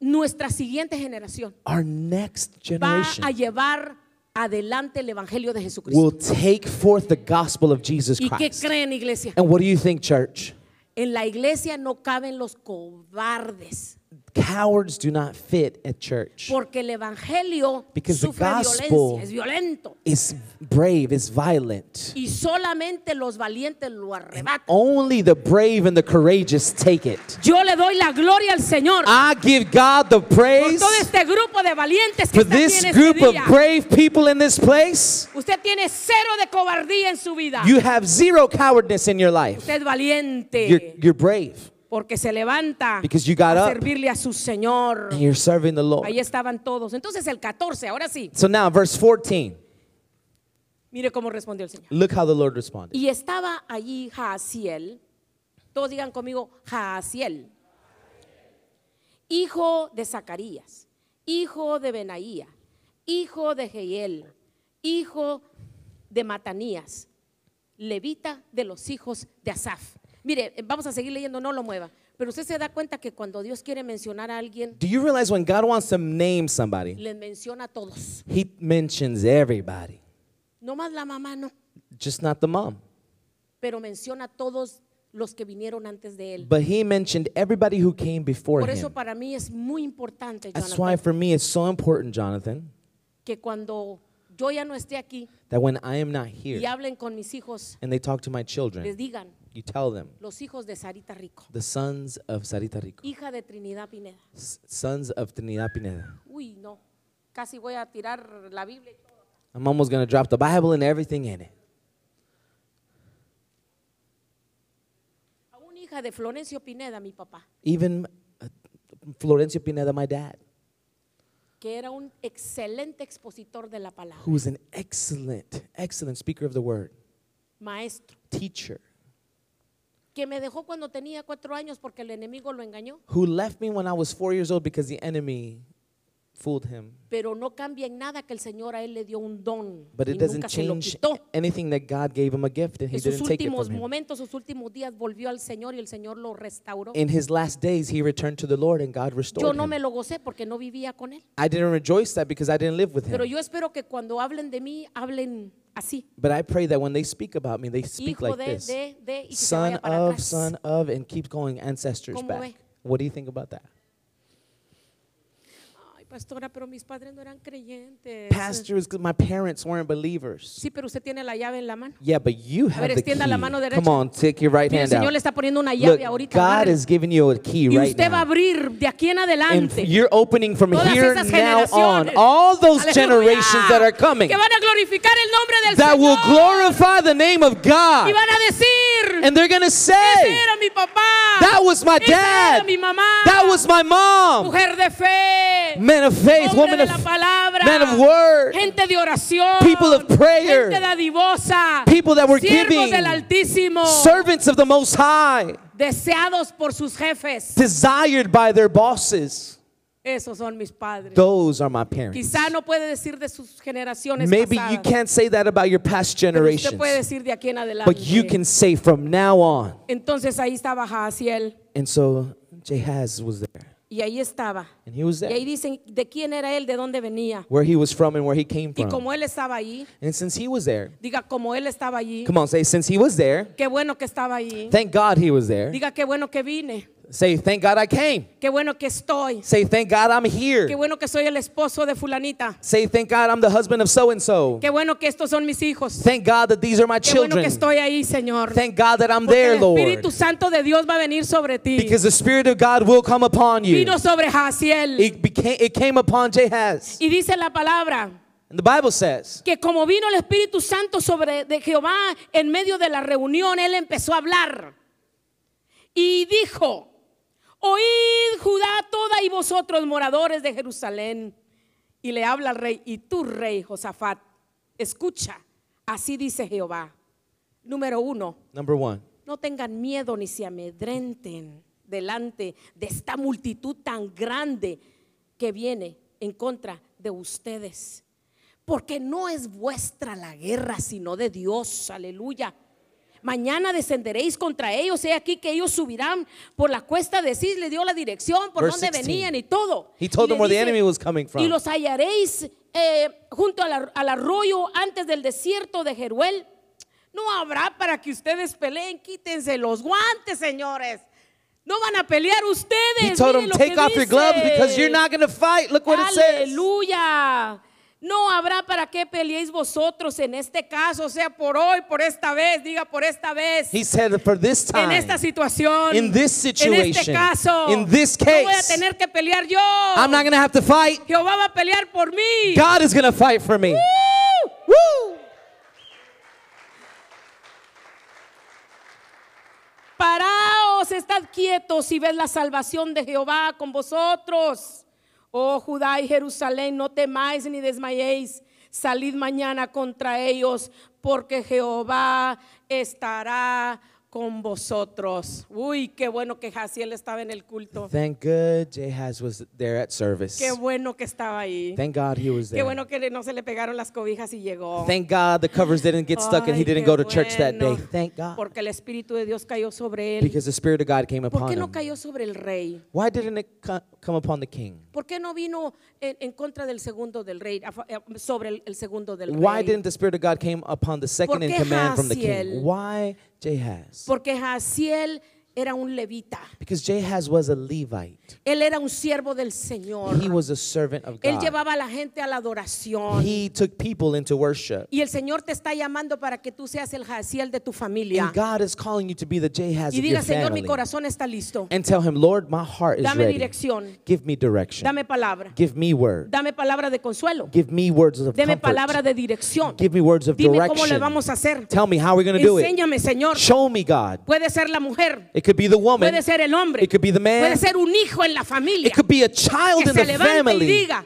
Nuestra siguiente generación
Our next
va a
generation
llevar adelante el Evangelio de Jesucristo.
will take forth the gospel of Jesus
¿Y qué
Christ.
creen, iglesia?
And what do you think, church?
En la iglesia no caben los cobardes,
Cowards do not fit at church.
porque el evangelio
Because the
sufre
gospel-
violencia, es violento,
It's brave, it's violent.
y solamente los valientes lo arrebatan.
Only the brave and the courageous take it.
Yo le doy la gloria al Señor
I give God the
por
praise
todo este grupo de valientes que
for
están
this
en este
group of
día.
brave people in this place.
Usted tiene cero de cobardía en su vida.
You have zero cowardness in your life.
Usted es valiente
You're, you're brave
porque se levanta
Because you got
a
up.
servirle a su Señor.
and you're serving the
Ahí
Lord.
estaban todos. Entonces el 14, ahora sí.
So now, verse 14.
Mire cómo respondió el Señor.
Look how the Lord responded.
Y estaba allí Jaasiel. Todos digan conmigo, Jaasiel. hijo de Zacarías, hijo de Benaía, hijo de Jehiel, hijo de Matanías, levita de los hijos de Asaf. Mire, vamos a seguir leyendo, no lo mueva. Pero usted se da cuenta que cuando Dios quiere mencionar a alguien,
Do you realize when God wants to name somebody,
les menciona a todos.
He mentions everybody,
No más la mamá, no,
just not the mom.
pero menciona a todos los que vinieron antes de él.
But He mentioned everybody who came before
Por eso
Him.
para mí es muy importante,
That's
Jonathan,
why for me it's so important, Jonathan,
que cuando yo ya no esté aquí
that when I am not
y
here
hablen con mis hijos,
and they talk to my
les
children,
digan
you tell them,
los hijos de Sarita Rico,
the sons of Sarita Rico,
hija de Trinidad Pineda.
s- sons of Trinidad Pineda.
Uy, no, casi voy a tirar la Biblia. y todo.
I'm almost going to drop the Bible and everything in it.
Aún hija de Florencio Pineda, mi papá,
Even uh, Florencio Pineda, my dad,
que era un excelente expositor de la palabra,
who was an excellent, excellent speaker of the word,
maestro,
teacher,
que me dejó cuando tenía cuatro años porque el enemigo lo engañó,
who left me when I was four years old because the enemy fooled him.
pero no cambia en nada que el Señor a él le dio un don
But
y
it doesn't
nunca se lo
change
quitó.
anything that God gave him a gift and he
En sus
didn't take it
últimos
from him.
momentos, sus últimos días volvió al Señor y el Señor lo restauró.
In his last days, he returned to the Lord and God
Yo
restored
no me
him.
lo gocé porque no vivía con él.
I didn't rejoice that because I didn't live with
Pero
him.
yo espero que cuando hablen de mí, hablen así.
But I pray that when they speak about me, they speak
Hijo
like
de,
this.
de, de, y que se
Son
vaya para
of,
atrás.
son of, and keep going ancestors
¿Cómo ve?
back. What do you think about that?
Ay, pastora, pero mis padres no eran creyentes.
Pastors, my parents weren't believers.
Sí, pero usted tiene la llave en la mano.
Yeah, but you have
ver,
the key.
extienda la mano
Come
derecha.
on, take your right
Mire, el
hand
Señor le
out.
está poniendo una llave
Look,
ahorita.
God
agárrela.
is giving you a key
y
right
usted va a
now.
abrir de aquí en
And
adelante.
you're opening from
todas
here
esas
now on.
generaciones.
All those
Aleluya.
generations that are coming
Que van a glorificar el nombre del
that will
Señor.
glorify the name of
y
God.
van a decir,
And they're going to
ese
say,
era mi papá.
That was my
Esa era
dad.
mi mamá.
That was my mom.
mujer de fe.
Men of faith,
hombre
woman
de
of
la palabra.
man of word.
Gente de oración.
People of prayer.
Gente dadivosa.
People that were
siervos
giving.
del Altísimo.
Servants of the Most High,
deseados por sus jefes.
desired by their bosses.
Esos son mis padres.
Those are my parents.
Quizá no puede decir de sus generaciones
Maybe you
pasadas,
can't say that about your past
pero usted
generations,
puede decir de aquí en adelante.
but you can say from now on.
Entonces ahí estaba Jaciel
And so Jehaz was there,
y ahí estaba.
and he was
Y ahí
there,
dicen de quién era él, de dónde venía.
where he was from and where he came
Y
from.
como él estaba allí,
And since he was there,
diga como él estaba allí,
come on, say, since he was there,
qué bueno que estaba allí.
thank God he was there.
Diga qué bueno que vine,
Say, thank God I came.
qué bueno que estoy,
Say, thank God I'm
qué
here.
bueno que soy el esposo de fulanita,
Say, thank God I'm the husband of so and so.
qué bueno que estos son mis hijos,
Thank God that these are my
qué bueno que
children.
estoy ahí, Señor.
Thank God that I'm
Porque
there,
el
Lord.
Espíritu Santo de Dios va a venir sobre ti.
Because the Spirit of God will come upon you.
Vino sobre Jaciel.
It, became, it came upon Jehaz.
Y dice la palabra
And the Bible says
que como vino el Espíritu Santo sobre de Jehová en medio de la reunión, él empezó a hablar y dijo, oíd Judá toda y vosotros moradores de Jerusalén. Y le habla al rey, y tú rey Josafat, escucha, así dice Jehová. Número uno,
number one,
no tengan miedo ni se amedrenten delante de esta multitud tan grande que viene en contra de ustedes. Porque no es vuestra la guerra, sino de Dios. Aleluya. Mañana descenderéis contra ellos. He aquí que ellos subirán por la cuesta de Cis. Le dio la dirección por
Verse
donde
16.
venían y todo.
He
Y
told
le
them where the
dice,
enemy was coming from.
Y los hallaréis eh, junto al, ar- al arroyo antes del desierto de Jeruel. No habrá para que ustedes peleen, quítense los guantes, señores. No van a pelear ustedes.
he told
Miren
them,
lo
take
que
off your gloves
dice.
because you're not going to fight. Look what it says.
Aleluya. No habrá para qué peleéis vosotros en este caso, o sea por hoy, por esta vez, diga por esta vez.
He said, for this
en
time,
esta situación,
in this
en este
situation,
caso,
in this
no voy a
case,
tener que pelear yo.
I'm not going to have to fight.
Jehová va a pelear por mí.
God is going to fight for me.
¡Woo! Paraos, estad quietos y ved la salvación de Jehová con vosotros. Oh Judá y Jerusalén, no temáis ni desmayéis. Salid mañana contra ellos, porque Jehová estará con vosotros. Uy, qué bueno que Jaciel estaba en el culto.
Thank God Jahaz was there at service.
Qué bueno que estaba ahí.
Thank God he was
Qué
there.
bueno que le- no se le pegaron las cobijas y llegó.
Thank God the covers didn't get stuck and he
Ay,
didn't
qué
go to church that day.
bueno,
Thank God.
Porque el Espíritu de Dios cayó sobre él.
Because the Spirit of God came
¿Por
upon
qué no
him.
cayó sobre el rey?
Why didn't it co- come upon the king?
¿Por qué no vino en, en contra del segundo del rey, a fa- eh, sobre el, el segundo del
Why
rey?
didn't the Spirit of God came upon the second in
qué
command from the
Haziel?
king? Why Jahaz?
Porque Jaciel era un levita.
Because Jahaz was a Levite.
Él era un siervo del Señor.
He was a servant of
Él
God.
llevaba a la gente a la adoración.
He took people into worship.
Y el Señor te está llamando para que tú seas el Jaciel de tu familia.
And God is calling you to be the Jahaz
Y
of your
diga, Señor, mi
family.
corazón está listo.
And tell him, Lord, my heart is
Dame
ready.
dirección.
Give me direction.
Dame palabra.
Give me word.
Dame palabra de consuelo.
Give me words of
Deme palabra
comfort.
de dirección.
Give me words of
Dime cómo le
direction.
vamos a hacer.
Tell me how we're going to do it.
Enséñame, Señor.
Show me God.
Puede ser la mujer.
It could be the woman.
Puede ser el hombre.
It could be the man.
Puede ser un hijo en la familia.
It could be a child
que
in
se
the
levante y
family.
diga,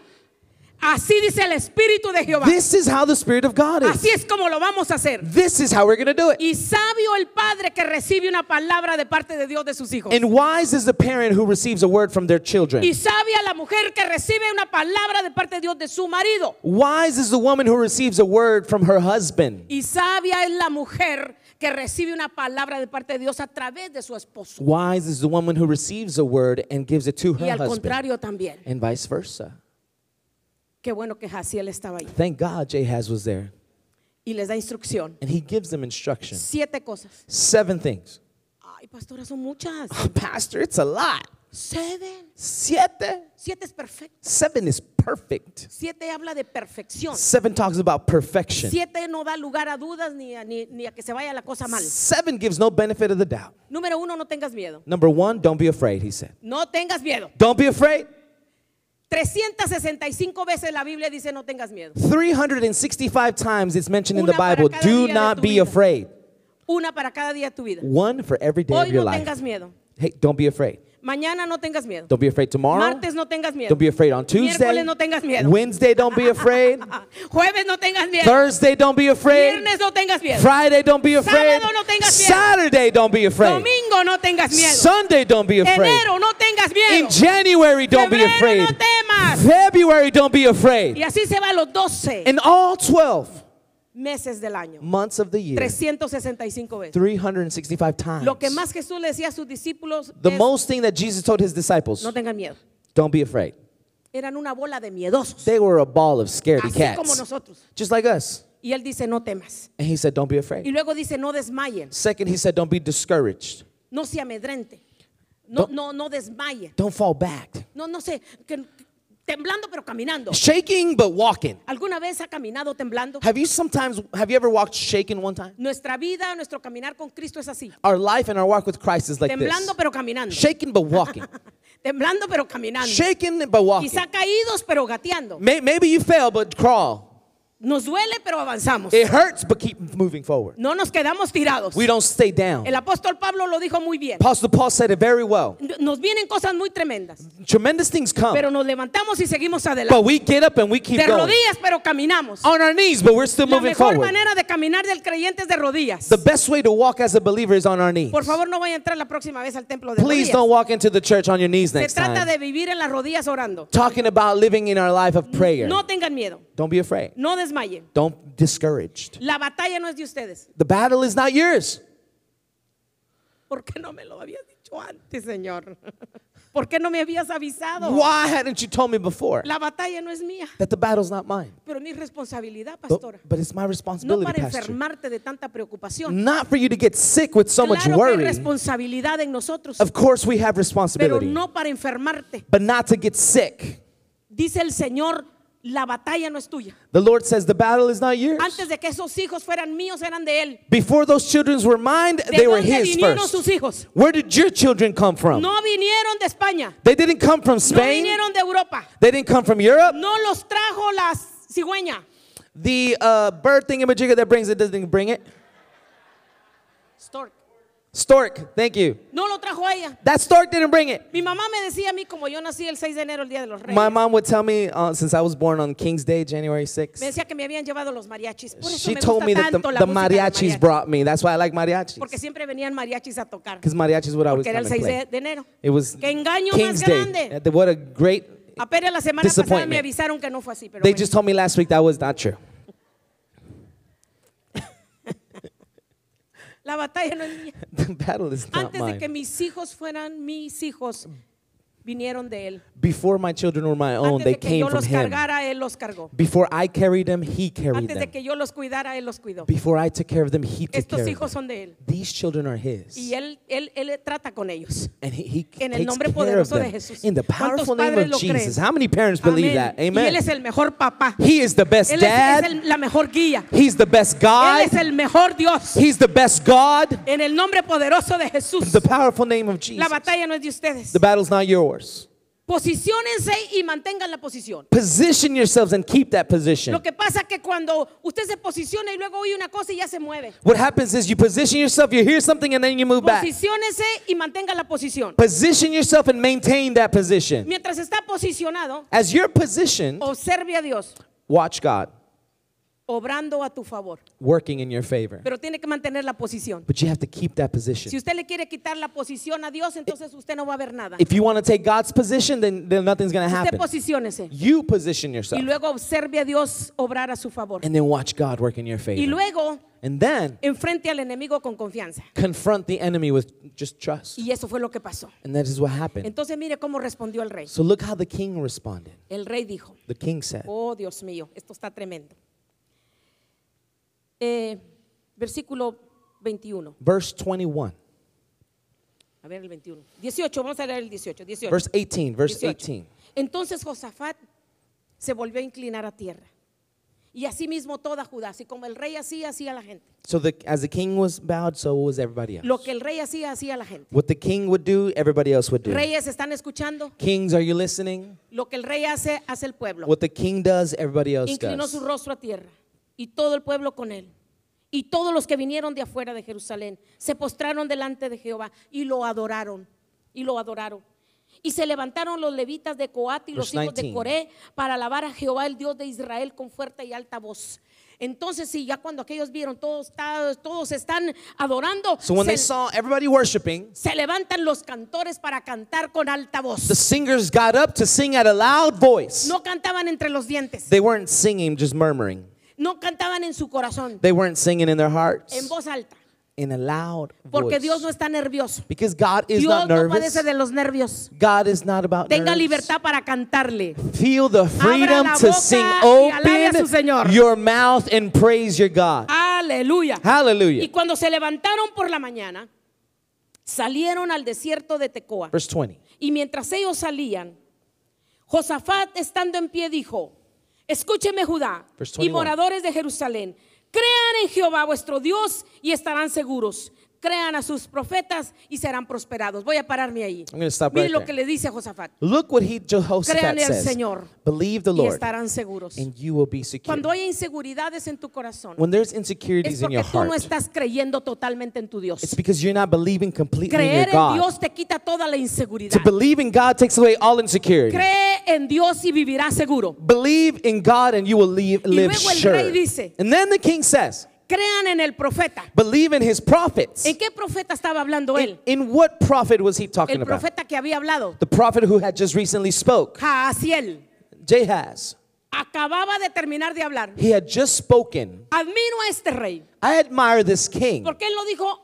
así dice el Espíritu de Jehová.
This is how the Spirit of God
Así
is.
es como lo vamos a hacer.
This is how we're going to do it.
Y sabio el padre que recibe una palabra de parte de Dios de sus hijos.
And wise is the parent who receives a word from their children.
Y sabia la mujer que recibe una palabra de parte de Dios de su marido.
Wise is the woman who receives a word from her husband.
Y sabia es la mujer que recibe una palabra de parte de Dios a través de su esposo.
Wise is the woman who receives a word and gives it to
Y
her
al
husband.
contrario también.
And vice versa.
Qué bueno que Jaciel estaba ahí.
Thank God Jahaz was there.
Y les da instrucción.
And he gives them instruction.
Siete cosas.
Seven things.
Ay, pastora, son muchas.
Pastor, it's a lot.
Seven.
Siete.
Siete es perfecto.
Seven is perfect.
Siete habla de perfección.
Seven talks about perfection.
Siete no da lugar a dudas ni a, ni- ni a que se vaya la cosa mal.
Seven gives no benefit of the doubt.
Número uno, no tengas miedo.
Number one, don't be afraid, he said.
No tengas miedo.
Don't be afraid.
365 veces la Biblia dice no tengas miedo.
365 times it's mentioned in
Una
the
para
Bible
cada día
do
de
not
tu
be
vida.
afraid.
Una para cada día de tu vida.
One for every day of
Hoy
your
no
life.
tengas miedo.
Hey, don't be afraid.
Mañana no tengas miedo.
Don't be afraid tomorrow.
Martes no tengas miedo.
Don't be afraid on Tuesday.
Miércoles no tengas miedo.
Wednesday, don't be afraid.
Ah, Jueves no tengas miedo.
Thursday, don't be afraid.
Viernes no tengas miedo.
Friday, don't be afraid.
Sábado no tengas miedo.
Saturday, don't be afraid.
Domingo no tengas miedo.
Sunday, don't be afraid.
Enero no tengas miedo.
In January, don't be
Febrero,
afraid.
no temas.
February, don't be
y
afraid.
así se va a los 12
In all 12
meses del año.
months of the year,
365 veces.
365 times.
Lo que más Jesús le decía a sus discípulos
The
es,
most thing that Jesus told his disciples,
no tengan miedo.
don't be afraid.
Eran una bola de miedosos,
They were a ball of scaredy
así como
cats,
nosotros.
just like us.
Y él dice, no temas.
And he said, don't be
Y
afraid.
luego dice, no desmayen,
Second, he said, don't be discouraged.
no se amedrente, no,
Don't-
no, no desmayen,
Don't fall back.
no, no sé, que- temblando pero caminando.
Shaking but walking.
¿Alguna vez ha caminado temblando?
Have you sometimes, have you ever walked shaken one time?
Nuestra vida, nuestro caminar con Cristo es así.
Our life and our walk with Christ is like this.
Temblando pero caminando.
Shaken but walking.
Temblando pero caminando.
Shaken but walking.
Quizá caídos pero gateando.
May, maybe you fail, but crawl.
Nos duele pero avanzamos.
It hurts, but keep moving forward.
No nos quedamos tirados.
Eh, We don't stay down.
El apóstol Pablo lo dijo muy bien.
Apostle Paul said it very well.
Nos vienen cosas muy tremendas,
Tremendous things
pero
come,
nos levantamos y seguimos adelante.
but we get up and we keep
De
going.
rodillas, pero caminamos.
On our knees, but we're still
La
moving
mejor
forward.
manera de caminar del creyente es de rodillas.
The best way to walk as a believer is on our knees.
Por favor, no vaya a entrar la próxima vez al templo de
Please
rodillas.
don't walk into the church on your knees
Se
next
trata
time.
de vivir en las rodillas orando.
Talking about living in our life of prayer.
No tengan miedo,
Don't be afraid.
no desmayen.
Don't discouraged.
La batalla no es de ustedes.
The battle is not yours.
¿Por qué no me lo habías dicho antes, Señor? ¿Por qué no me habías avisado?
Why hadn't you told me before
La batalla no es mía,
that the battle's not mine?
pero mi responsabilidad,
But,
pastora.
but it's my
No
responsibility,
para
Pastor.
enfermarte de tanta preocupación.
Not for you to get sick with so much
claro que hay
worry.
responsabilidad en nosotros,
Of course, we have
pero
responsibility,
no para enfermarte.
but not to get sick.
Dice el Señor, la batalla no es tuya.
The Lord says the battle is not yours.
Antes de que esos hijos fueran míos, eran de él.
Before those children were mine,
¿De
they were
dónde
His
vinieron
first.
sus hijos?
Where did your children come from?
No vinieron de España,
They didn't come from
no
Spain.
vinieron de Europa,
They didn't come from Europe.
no los trajo la cigüeña.
The uh, bird thingamajigger that brings it doesn't bring it.
Stork.
Stork, thank you.
No lo trajo ella.
That stork didn't bring it.
Mi mamá me decía a mí, como yo nací el 6 de enero, el Día de los Reyes,
My mom would tell me uh, since I was born on King's Day, January 6th.
me decía que me habían llevado los mariachis. Por eso
She
me
told
gusta
me that the,
tanto la
the
música de
mariachis
mariachi.
brought me. That's why I like mariachis.
Porque siempre venían mariachis a tocar.
Because mariachis would always
Que era
come
el
and
6
play.
de, de enero.
It was
Qué engaño
King's
más
Day.
grande.
Uh, What a great.
Apenas la semana pasada me
Disappointment.
avisaron que no fue así, pero
They
bueno.
just told me last week that was not true.
la batalla no es mía.
The battle is not
Antes de que
mine.
mis hijos fueran mis hijos, vinieron de él.
Before my children were my
Antes
own, Oh, they
de que
came
yo
from
los
him.
cargara, él los cargó.
Before I carried them, he carried
Antes de
them.
que yo los cuidara, él los cuidó.
Before I took care of them, he took care
Estos
of them.
hijos son de él.
These children are his.
Y él, él, él trata con ellos.
And he, he
En el
takes
nombre
care of
poderoso de
them.
Jesús.
In the
¿Cuántos
powerful name
padres
of
lo creen?
Jesus. How many parents believe that?
Amén. Y él
Amen.
es el mejor papá.
He is the best
Él es,
dad.
es el- la mejor guía.
He's the best
Él
God.
es el mejor Dios.
He's the best God.
En el nombre poderoso de Jesús.
The powerful name of Jesus.
La batalla no es de ustedes.
The battle's not yours.
Posiciónense y mantengan la posición.
Position yourselves and keep that position.
Lo que pasa que cuando usted se posiciona y luego oye una cosa y ya se mueve.
What happens is you position yourself, you hear something, and then you
Oh,
move back.
Posiciónense y mantenga la posición.
Position yourself and maintain that position.
Mientras está posicionado,
As your position,
observe a Dios
watch God
obrando a tu favor.
working in your favor.
Pero tiene que mantener la posición.
But you have to keep that
Si
position.
usted le quiere quitar la posición a Dios, entonces usted no va a ver nada.
If you want to take God's position, then, then nothing's going to
Usted
happen.
posiciónese
You position
y
yourself
luego observe a Dios obrar a su favor.
and then watch God work in your
Y
favor.
luego
And then
enfrente al enemigo con confianza.
confront the enemy with just trust.
Y eso fue lo que pasó.
And that is what happened.
Entonces mire cómo respondió el rey.
So look how the king responded.
El rey dijo,
The king said,
oh Dios mío, esto está tremendo. Eh, versículo 21,
verse 21,
a ver el 21. 18, vamos a leer el 18. 18.
verse 18, verse
18.
18.
Entonces Josafat se volvió a inclinar a tierra. Y asimismo toda Judá, así como el rey hacía, hacía la gente.
So the, as the king was bowed, so was everybody
Lo
else.
que el rey hacía, hacía la gente.
What the king would do, everybody else would do.
Reyes están escuchando.
Kings, are you listening?
Lo que el rey hace, hace el pueblo.
What the king does, everybody else
Inclinó
does.
su rostro a tierra y todo el pueblo con él. Y todos los que vinieron de afuera de Jerusalén se postraron delante de Jehová y lo adoraron. Y lo adoraron. Y se levantaron los levitas de Coat y los
Verse
hijos de
19.
Coré para alabar a Jehová, el Dios de Israel, con fuerte y alta voz. Entonces, sí, ya cuando aquellos vieron, todos, ta- todos están adorando,
So when they
se-
saw everybody worshiping,
se levantan los cantores para cantar con alta
the
voz.
singers got up to sing at a loud voice.
No cantaban entre los dientes,
They weren't singing, just murmuring.
no cantaban en su corazón,
They weren't singing in their
en
hearts,
voz alta,
in a loud
porque
voice.
Dios no está nervioso.
Because God is
Dios
not
no
nervous.
padece de los nervios.
God is not about
Tenga
nerves.
libertad para cantarle.
Feel the freedom
la
to
boca
sing.
y alabe a su Señor.
Open your mouth and praise your God.
Aleluya. Y
Hallelujah.
cuando se levantaron por la mañana, salieron al desierto de Tecoa.
Verse 20.
Y mientras ellos salían, Josafat estando en pie dijo, escúcheme Judá
Verse
y
21.
moradores de Jerusalén, crean en Jehová vuestro Dios y estarán seguros. Crean a sus profetas y serán prosperados. Voy a pararme ahí.
I'm gonna stop
Mire
right
lo
there.
que le dice a Josafat.
Look what he Jehoshaphat
Créanle al
says.
Señor.
Believe the
Y
Lord,
estarán seguros.
and you will be secure.
Cuando hay inseguridades en tu corazón,
when there's
es
insecurities in
porque
your
tú
heart,
no estás creyendo totalmente en tu
it's
Dios.
because you're not believing completely in your
Creer en
God.
Dios te quita toda la inseguridad.
to believe in God takes away all insecurity.
Cree en Dios y vivirás seguro.
believe in God, and you will leave, live
luego el
sure.
rey dice-
and then the king says,
Crean en el profeta.
believe in his prophets.
¿En qué profeta estaba hablando
in,
él?
in what prophet was he talking
El
about?
profeta que había hablado,
The prophet who had just recently spoke,
Jaasiel,
Jahaz.
acababa de terminar de hablar.
He had just spoken.
Admiro a este rey,
I admire this king
porque él lo dijo,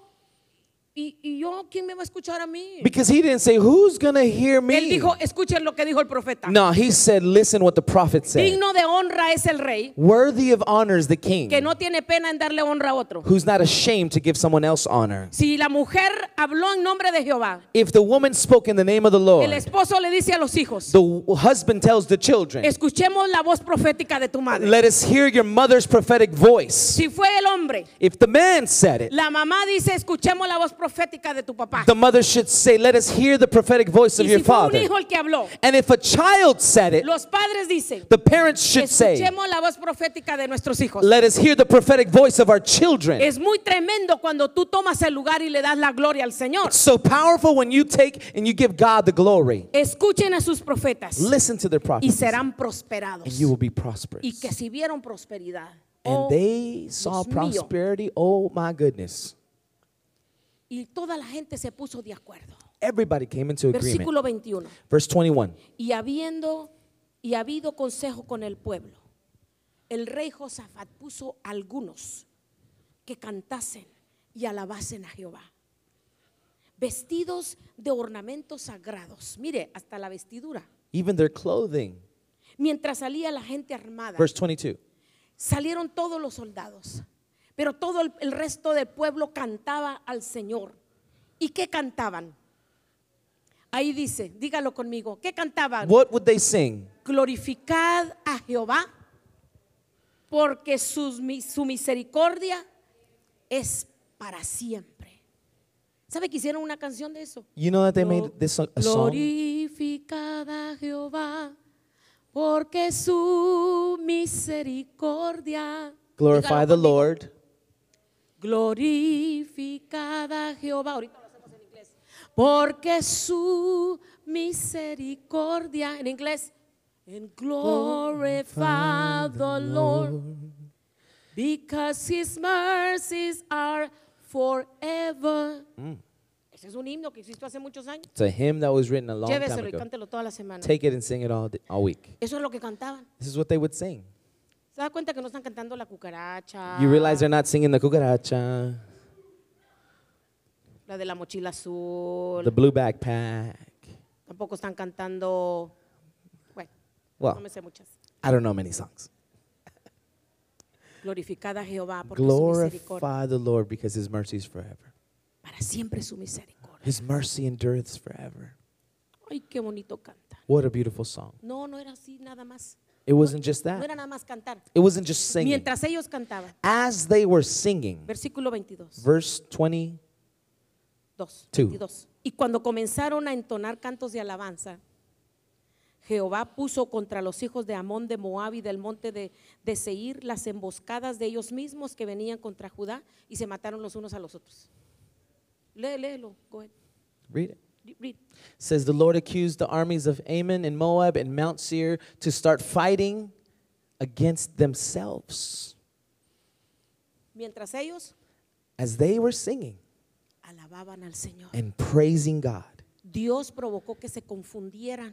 ¿y, y yo quién me va a escuchar a mí?
because he didn't say, Who's going to hear
Él
me?
dijo, escuchen lo que dijo el profeta.
No, he said, Listen what the prophet said.
Digno de honra es el rey
Worthy of honor is the king
que no tiene pena en darle honra a otro.
who's not ashamed to give someone else honor.
Si la mujer habló en nombre de Jehová,
If the woman spoke in the name of the
el
Lord,
esposo le dice a los hijos,
the husband tells the children,
escuchemos la voz profética de tu madre.
Let us hear your mother's prophetic voice.
Si fue el hombre,
If the man said it,
la mamá dice, escuchemos la voz profética de tu papá.
The mother should say, Let us hear the prophetic voice of
Y si
your
fue un
father.
hijo el que habló,
And if a child said it,
los padres dicen,
the parents should say,
escuchemos la voz profética de nuestros hijos.
Let us hear the prophetic voice of our children.
Es muy tremendo cuando tú tomas el lugar y le das la gloria al Señor.
So powerful when you take and you give God the glory.
Escuchen a sus profetas
Listen to their
y
prophets, and
serán prosperados.
you will be
Y
prosperous.
que si vieron prosperidad. Oh,
And they saw
mío.
prosperity. Oh my goodness.
y toda la gente se puso de acuerdo.
Everybody came into agreement.
Versículo 21.
Verse 21.
Y habiendo y habido consejo con el pueblo, el rey Josafat puso algunos que cantasen y alabasen a Jehová, vestidos de ornamentos sagrados. Mire, hasta la vestidura.
Even their clothing.
Mientras salía la gente armada,
Verse 22.
salieron todos los soldados, pero todo el, el resto del pueblo cantaba al Señor. ¿Y qué cantaban? Ahí dice, dígalo conmigo, ¿qué cantaban?
What would they sing?
glorificad a Jehová, porque sus mi- su misericordia es para siempre. ¿Sabe que hicieron una canción de eso?
You know that they
Glo-
made this a, a song.
Glorificad a Jehová, porque su misericordia.
Glorify
Dígalo
the
conmigo.
Lord.
Glorificad a Jehová. Ahorita lo hacemos en inglés. Porque su misericordia, en inglés, and glorify the Lord. Because his mercies are forever.
Mm.
Ese es un himno que existió hace muchos años.
It's a hymn that was written a long time
Lléveselo y
ago.
cántelo toda la semana.
Take it and sing it all, d- all week.
Eso es lo que cantaban.
This is what they would sing.
¿Se da cuenta que no están cantando la cucaracha?
You realize they're not singing the cucaracha,
la de la mochila azul.
the blue backpack.
Tampoco están cantando. Bueno, no
Well,
me sé muchas.
I don't know many songs.
Glorificada Jehová porque su misericordia.
Glorify the Lord because his mercy is forever.
Para siempre su misericordia.
His mercy endureth forever.
Ay, qué bonito canta.
What a beautiful song.
No, no era así nada más.
It wasn't just
No
that.
era nada más cantar.
It wasn't just singing.
Mientras ellos cantaban.
As they were singing,
Versículo 22.
verse 20,
Dos,
Two.
22. Y cuando comenzaron a entonar cantos de alabanza, Jehová puso contra los hijos de Amón, de Moab y del monte de, de Seir las emboscadas de ellos mismos que venían contra Judá y se mataron los unos a los otros. Lé, léelo, go ahead.
read it.
Read.
says the Lord accused the armies of Ammon and Moab and Mount Seir to start fighting against themselves
Mientras ellos
as they were singing
alababan al Señor.
and praising God.
Dios provocó que se confundieran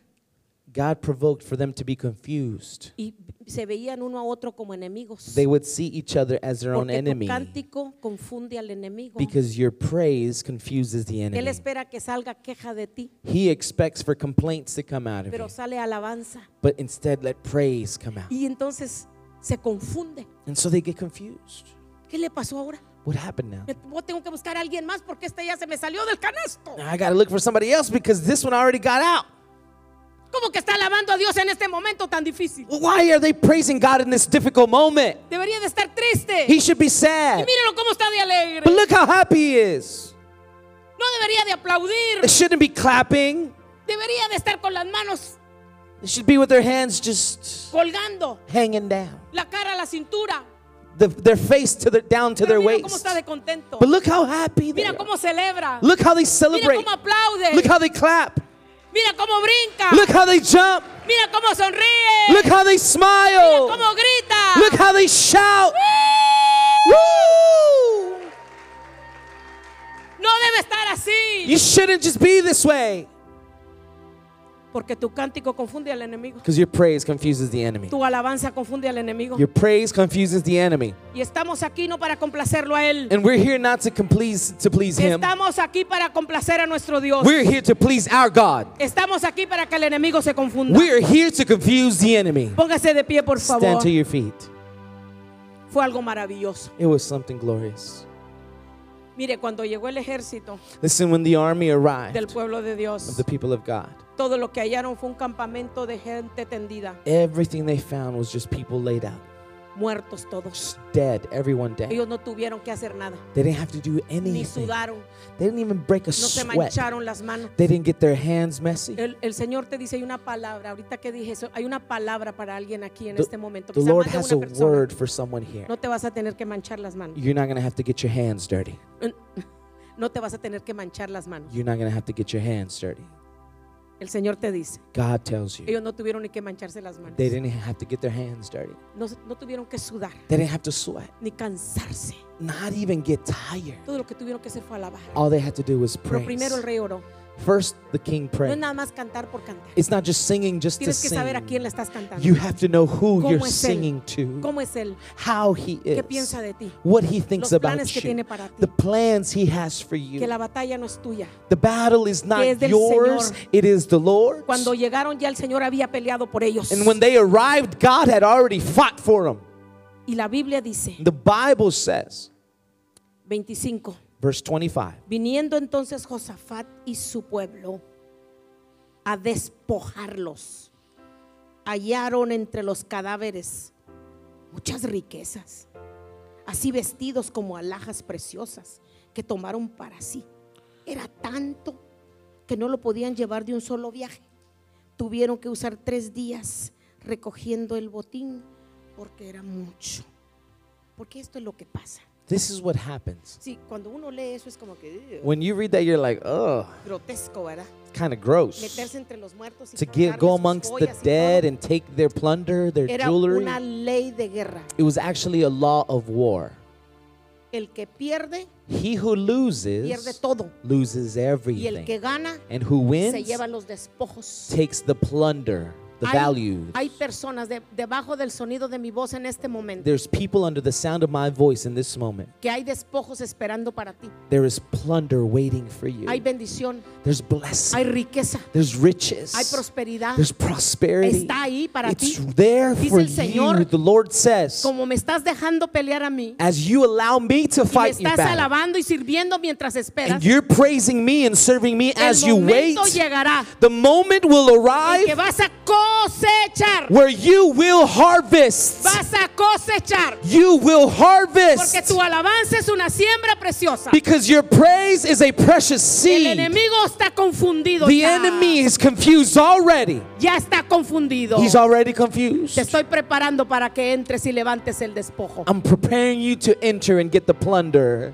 God provoked for them to be confused.
y se veían uno a otro como enemigos.
They would see each other as their own
Porque tu
enemy
cántico confunde al enemigo.
because your praise confuses the
Él
enemy.
espera que salga queja de ti,
He expects for complaints to come out of you,
pero sale alabanza.
but instead let praise come out.
Y entonces se confunde.
And so they get confused.
¿Qué le pasó ahora?
What happened now?
Me- yo tengo que buscar a alguien más porque este ya se me salió del canasto.
I got to look for somebody else because this one already got out.
¿Cómo que está alabando a Dios en este momento tan difícil?
Why are they praising God in this difficult moment?
Debería de estar triste.
He should be sad.
Mírenlo cómo está de alegre.
But look how happy he is.
No debería de aplaudir.
They shouldn't be clapping.
Debería de estar con las manos
They should be with their hands just
colgando,
hanging down.
la cara a la cintura.
The, their face to the, down to
Pero
their
mira cómo
waist.
está de contento.
But look how happy they
Mira
are.
cómo celebra.
Look how they
Mira
celebrate.
cómo aplaude.
Look how they clap.
Mira cómo brinca.
Look how they jump.
Mira cómo sonríe.
Look how they
Mira
smile.
cómo grita. ¡Eh!
Look how they shout. Woo!
No debe estar así.
You shouldn't just be this way.
Porque tu cántico confunde al enemigo.
Because your praise confuses the enemy.
Tu alabanza confunde al enemigo.
Your praise confuses the enemy.
Y estamos aquí no para complacerlo a él.
And we're here not to com- please to please him.
Estamos aquí para complacer a nuestro Dios.
We're here to please our God.
Estamos aquí para que el enemigo se confunda.
We're here to confuse the enemy.
Póngase de pie, por favor.
Stand to your feet.
Fue algo maravilloso.
It was something glorious.
Mire, cuando llegó el ejército
Listen, when the army
del
arrived
pueblo de
of
Dios,
the people of God,
todo lo que hallaron fue un campamento de gente tendida.
everything they found was just people laid out.
muertos todos.
Dead, everyone dead.
Ellos no tuvieron que hacer nada,
They didn't have to do
ni
anything.
sudaron,
They didn't even break a
no se
sweat.
mancharon las manos.
They didn't get their hands messy.
El, el Señor te dice, hay una palabra, ahorita que dije eso, hay una palabra para alguien aquí en
The-
este momento.
The
quizá
Lord
más de
has a
una persona.
word for someone here.
No te vas a tener que manchar las manos.
You're not going to have to get your hands dirty.
No te vas a tener que manchar las manos.
You're not going to have to get your hands dirty.
El Señor te dice,
God tells you.
ellos no tuvieron ni que mancharse las manos.
They didn't have to get their hands dirty.
No, no tuvieron que sudar,
They didn't have to sweat.
ni cansarse.
Not even get tired.
Todo lo que tuvieron que hacer fue alabar.
All they had to do was
Pero
praise.
primero el rey oró.
First, the king
No es
prayed.
nada más cantar por cantar.
It's not just singing just to
Tienes que saber a quién
sing.
le estás cantando.
You have to know who
¿Cómo
you're
es él?
singing to,
¿Cómo es él?
how he
¿Qué piensa
is,
de ti?
what he thinks
Los planes
about
que
you,
tiene para ti.
the plans he has for
Que
you.
la batalla no es tuya.
The battle is
es
not
del
yours,
Señor.
it is the Lord's.
Cuando llegaron ya el Señor había peleado por ellos.
And when they arrived, God had already fought for them.
Y la Biblia dice,
The Bible says,
25,
verse 25,
viniendo entonces Josafat y su pueblo a despojarlos, hallaron entre los cadáveres muchas riquezas, así vestidos como alhajas preciosas que tomaron para sí. Era tanto que no lo podían llevar de un solo viaje. Tuvieron que usar tres días recogiendo el botín porque era mucho. Porque esto es lo que pasa.
this is what happens.
Sí, cuando uno lee eso es como que "Ugh",
When you read that, you're like, oh,
grotesco, ¿verdad?
it's kind of gross.
Meterse entre los muertos y
To get,
quitarles
go
sus
amongst the
joyas y
dead
todo.
and take their plunder, their
era
jewelry.
una ley de guerra.
It was actually a law of war.
El que pierde
He who
pierde
loses
todo
loses
y el que
everything,
gana
and who
se
wins
lleva los despojos.
takes the plunder, the
hay,
value.
hay personas de- debajo del sonido de mi voz en este momento
There's people under the sound of my voice in this moment.
que hay despojos esperando para ti.
There is plunder waiting for you.
Hay bendición,
There's
hay
blessing.
riqueza,
There's riches.
hay prosperidad.
There's prosperity.
Está ahí para
it's
ti.
there
Dice
for
el Señor,
you. The Lord says,
Como me estás dejando pelear a mí,
as you allow me to
y me
fight your
estás
battle,
alabando y sirviendo mientras esperas,
and you're praising me and serving me as
el
you wait,
momento llegará
the moment will
en
arrive
que vas a cosechar.
where you will harvest.
Vas a cosechar.
You will
Porque
harvest
tu alabanza es una siembra preciosa.
because your praise is a precious
El
seed.
enemigo está confundido.
The
ya.
enemy is confused already.
ya está confundido.
He's already
Te
confused.
estoy preparando para que entres y levantes el despojo.
I'm preparing you to enter and get the plunder,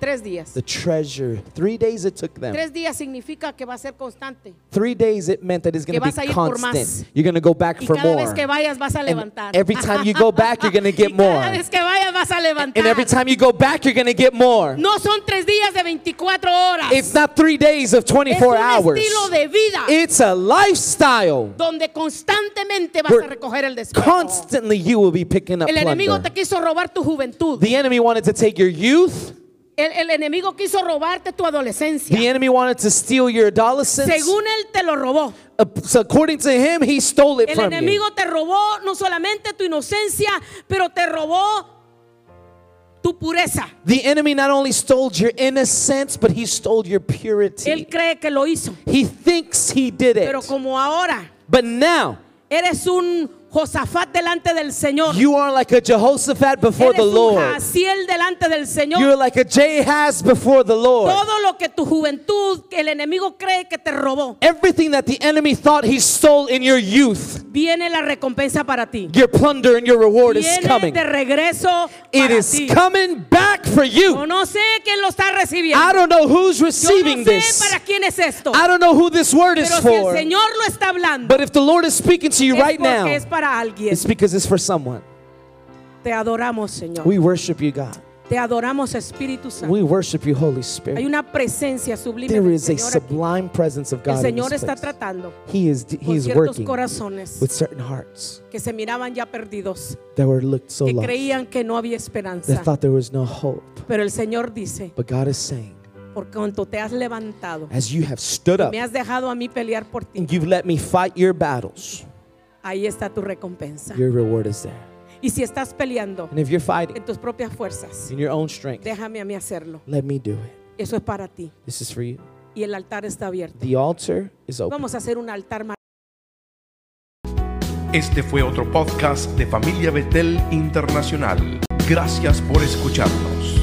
Tres días.
the treasure. Three days it took them.
Tres días significa que va a ser constante.
Three days it meant that it's going
Que
to
vas a
be
ir por
constant.
más.
You're going to go back
Y
for
cada vez
more.
que vayas vas a
And
levantar.
every time you go back, you're going to get
Y cada
more.
vez que vayas vas a levantar.
And every time you go back, you're going to get more.
No son tres días de 24 horas.
It's not three days of
es
24
un
hours.
estilo de vida
It's a lifestyle.
donde constantemente vas
Where
a recoger el despojo.
Constantly, you will be picking up
El enemigo te
plunder.
quiso robar tu juventud.
The enemy wanted to take your youth.
El, el enemigo quiso robarte tu
The
adolescencia.
enemy wanted to steal your adolescence.
Según él te lo robó.
Uh, so according to him, he stole it
El
from you.
enemigo te robó no solamente tu inocencia, pero te robó tu pureza.
The enemy not only stole your innocence, but he stole your
Él
purity.
cree que lo hizo.
He thinks he did it.
Pero como ahora
But now,
eres un Josafat delante del Señor,
you are like a Jehoshaphat before
eres
the
un
Lord.
Jaciel delante del
You're
Señor,
like a Jahaz before the Lord.
todo lo que tu juventud, que el enemigo cree que te robó,
Everything that the enemy thought he stole in your youth,
viene la recompensa para ti.
your plunder and your reward is
Viene
coming.
de regreso
It
para
is
ti.
coming back for
Yo
you.
no sé quién lo está recibiendo.
I don't know who's receiving
Yo no sé
this.
para quién es esto.
I don't know who this word is
Pero si el
for.
Señor lo está hablando,
But if the Lord is speaking to you
es
right
porque
now,
es para alguien.
it's because it's for someone.
Te adoramos, Señor.
We worship you, God.
Te adoramos, Espíritu Santo.
We worship you, Holy
Hay
Spirit.
una presencia sublime
There
del
is a
Señor aquí.
sublime presence of
El
God. In
Señor
this
está
place.
tratando
He is He
con
is
ciertos
working
corazones
with certain hearts
que se miraban ya perdidos,
that were looked so
que
lost.
creían que no había
They
esperanza.
thought there was no hope.
Pero el Señor dice,
But God is saying,
por cuanto te has levantado,
as you have stood up
me has dejado a mí pelear por ti,
and you've let me fight your battles,
ahí está tu recompensa.
your reward is there.
Y si estás peleando
And if you're fighting
en tus propias fuerzas,
in your own strength,
déjame a mí hacerlo.
let me do it.
Eso es para ti.
This is for you.
Y el altar está abierto.
The altar is open.
Vamos a hacer un altar maravilloso.
Este fue otro podcast de Familia Betel Internacional. Gracias por escucharnos.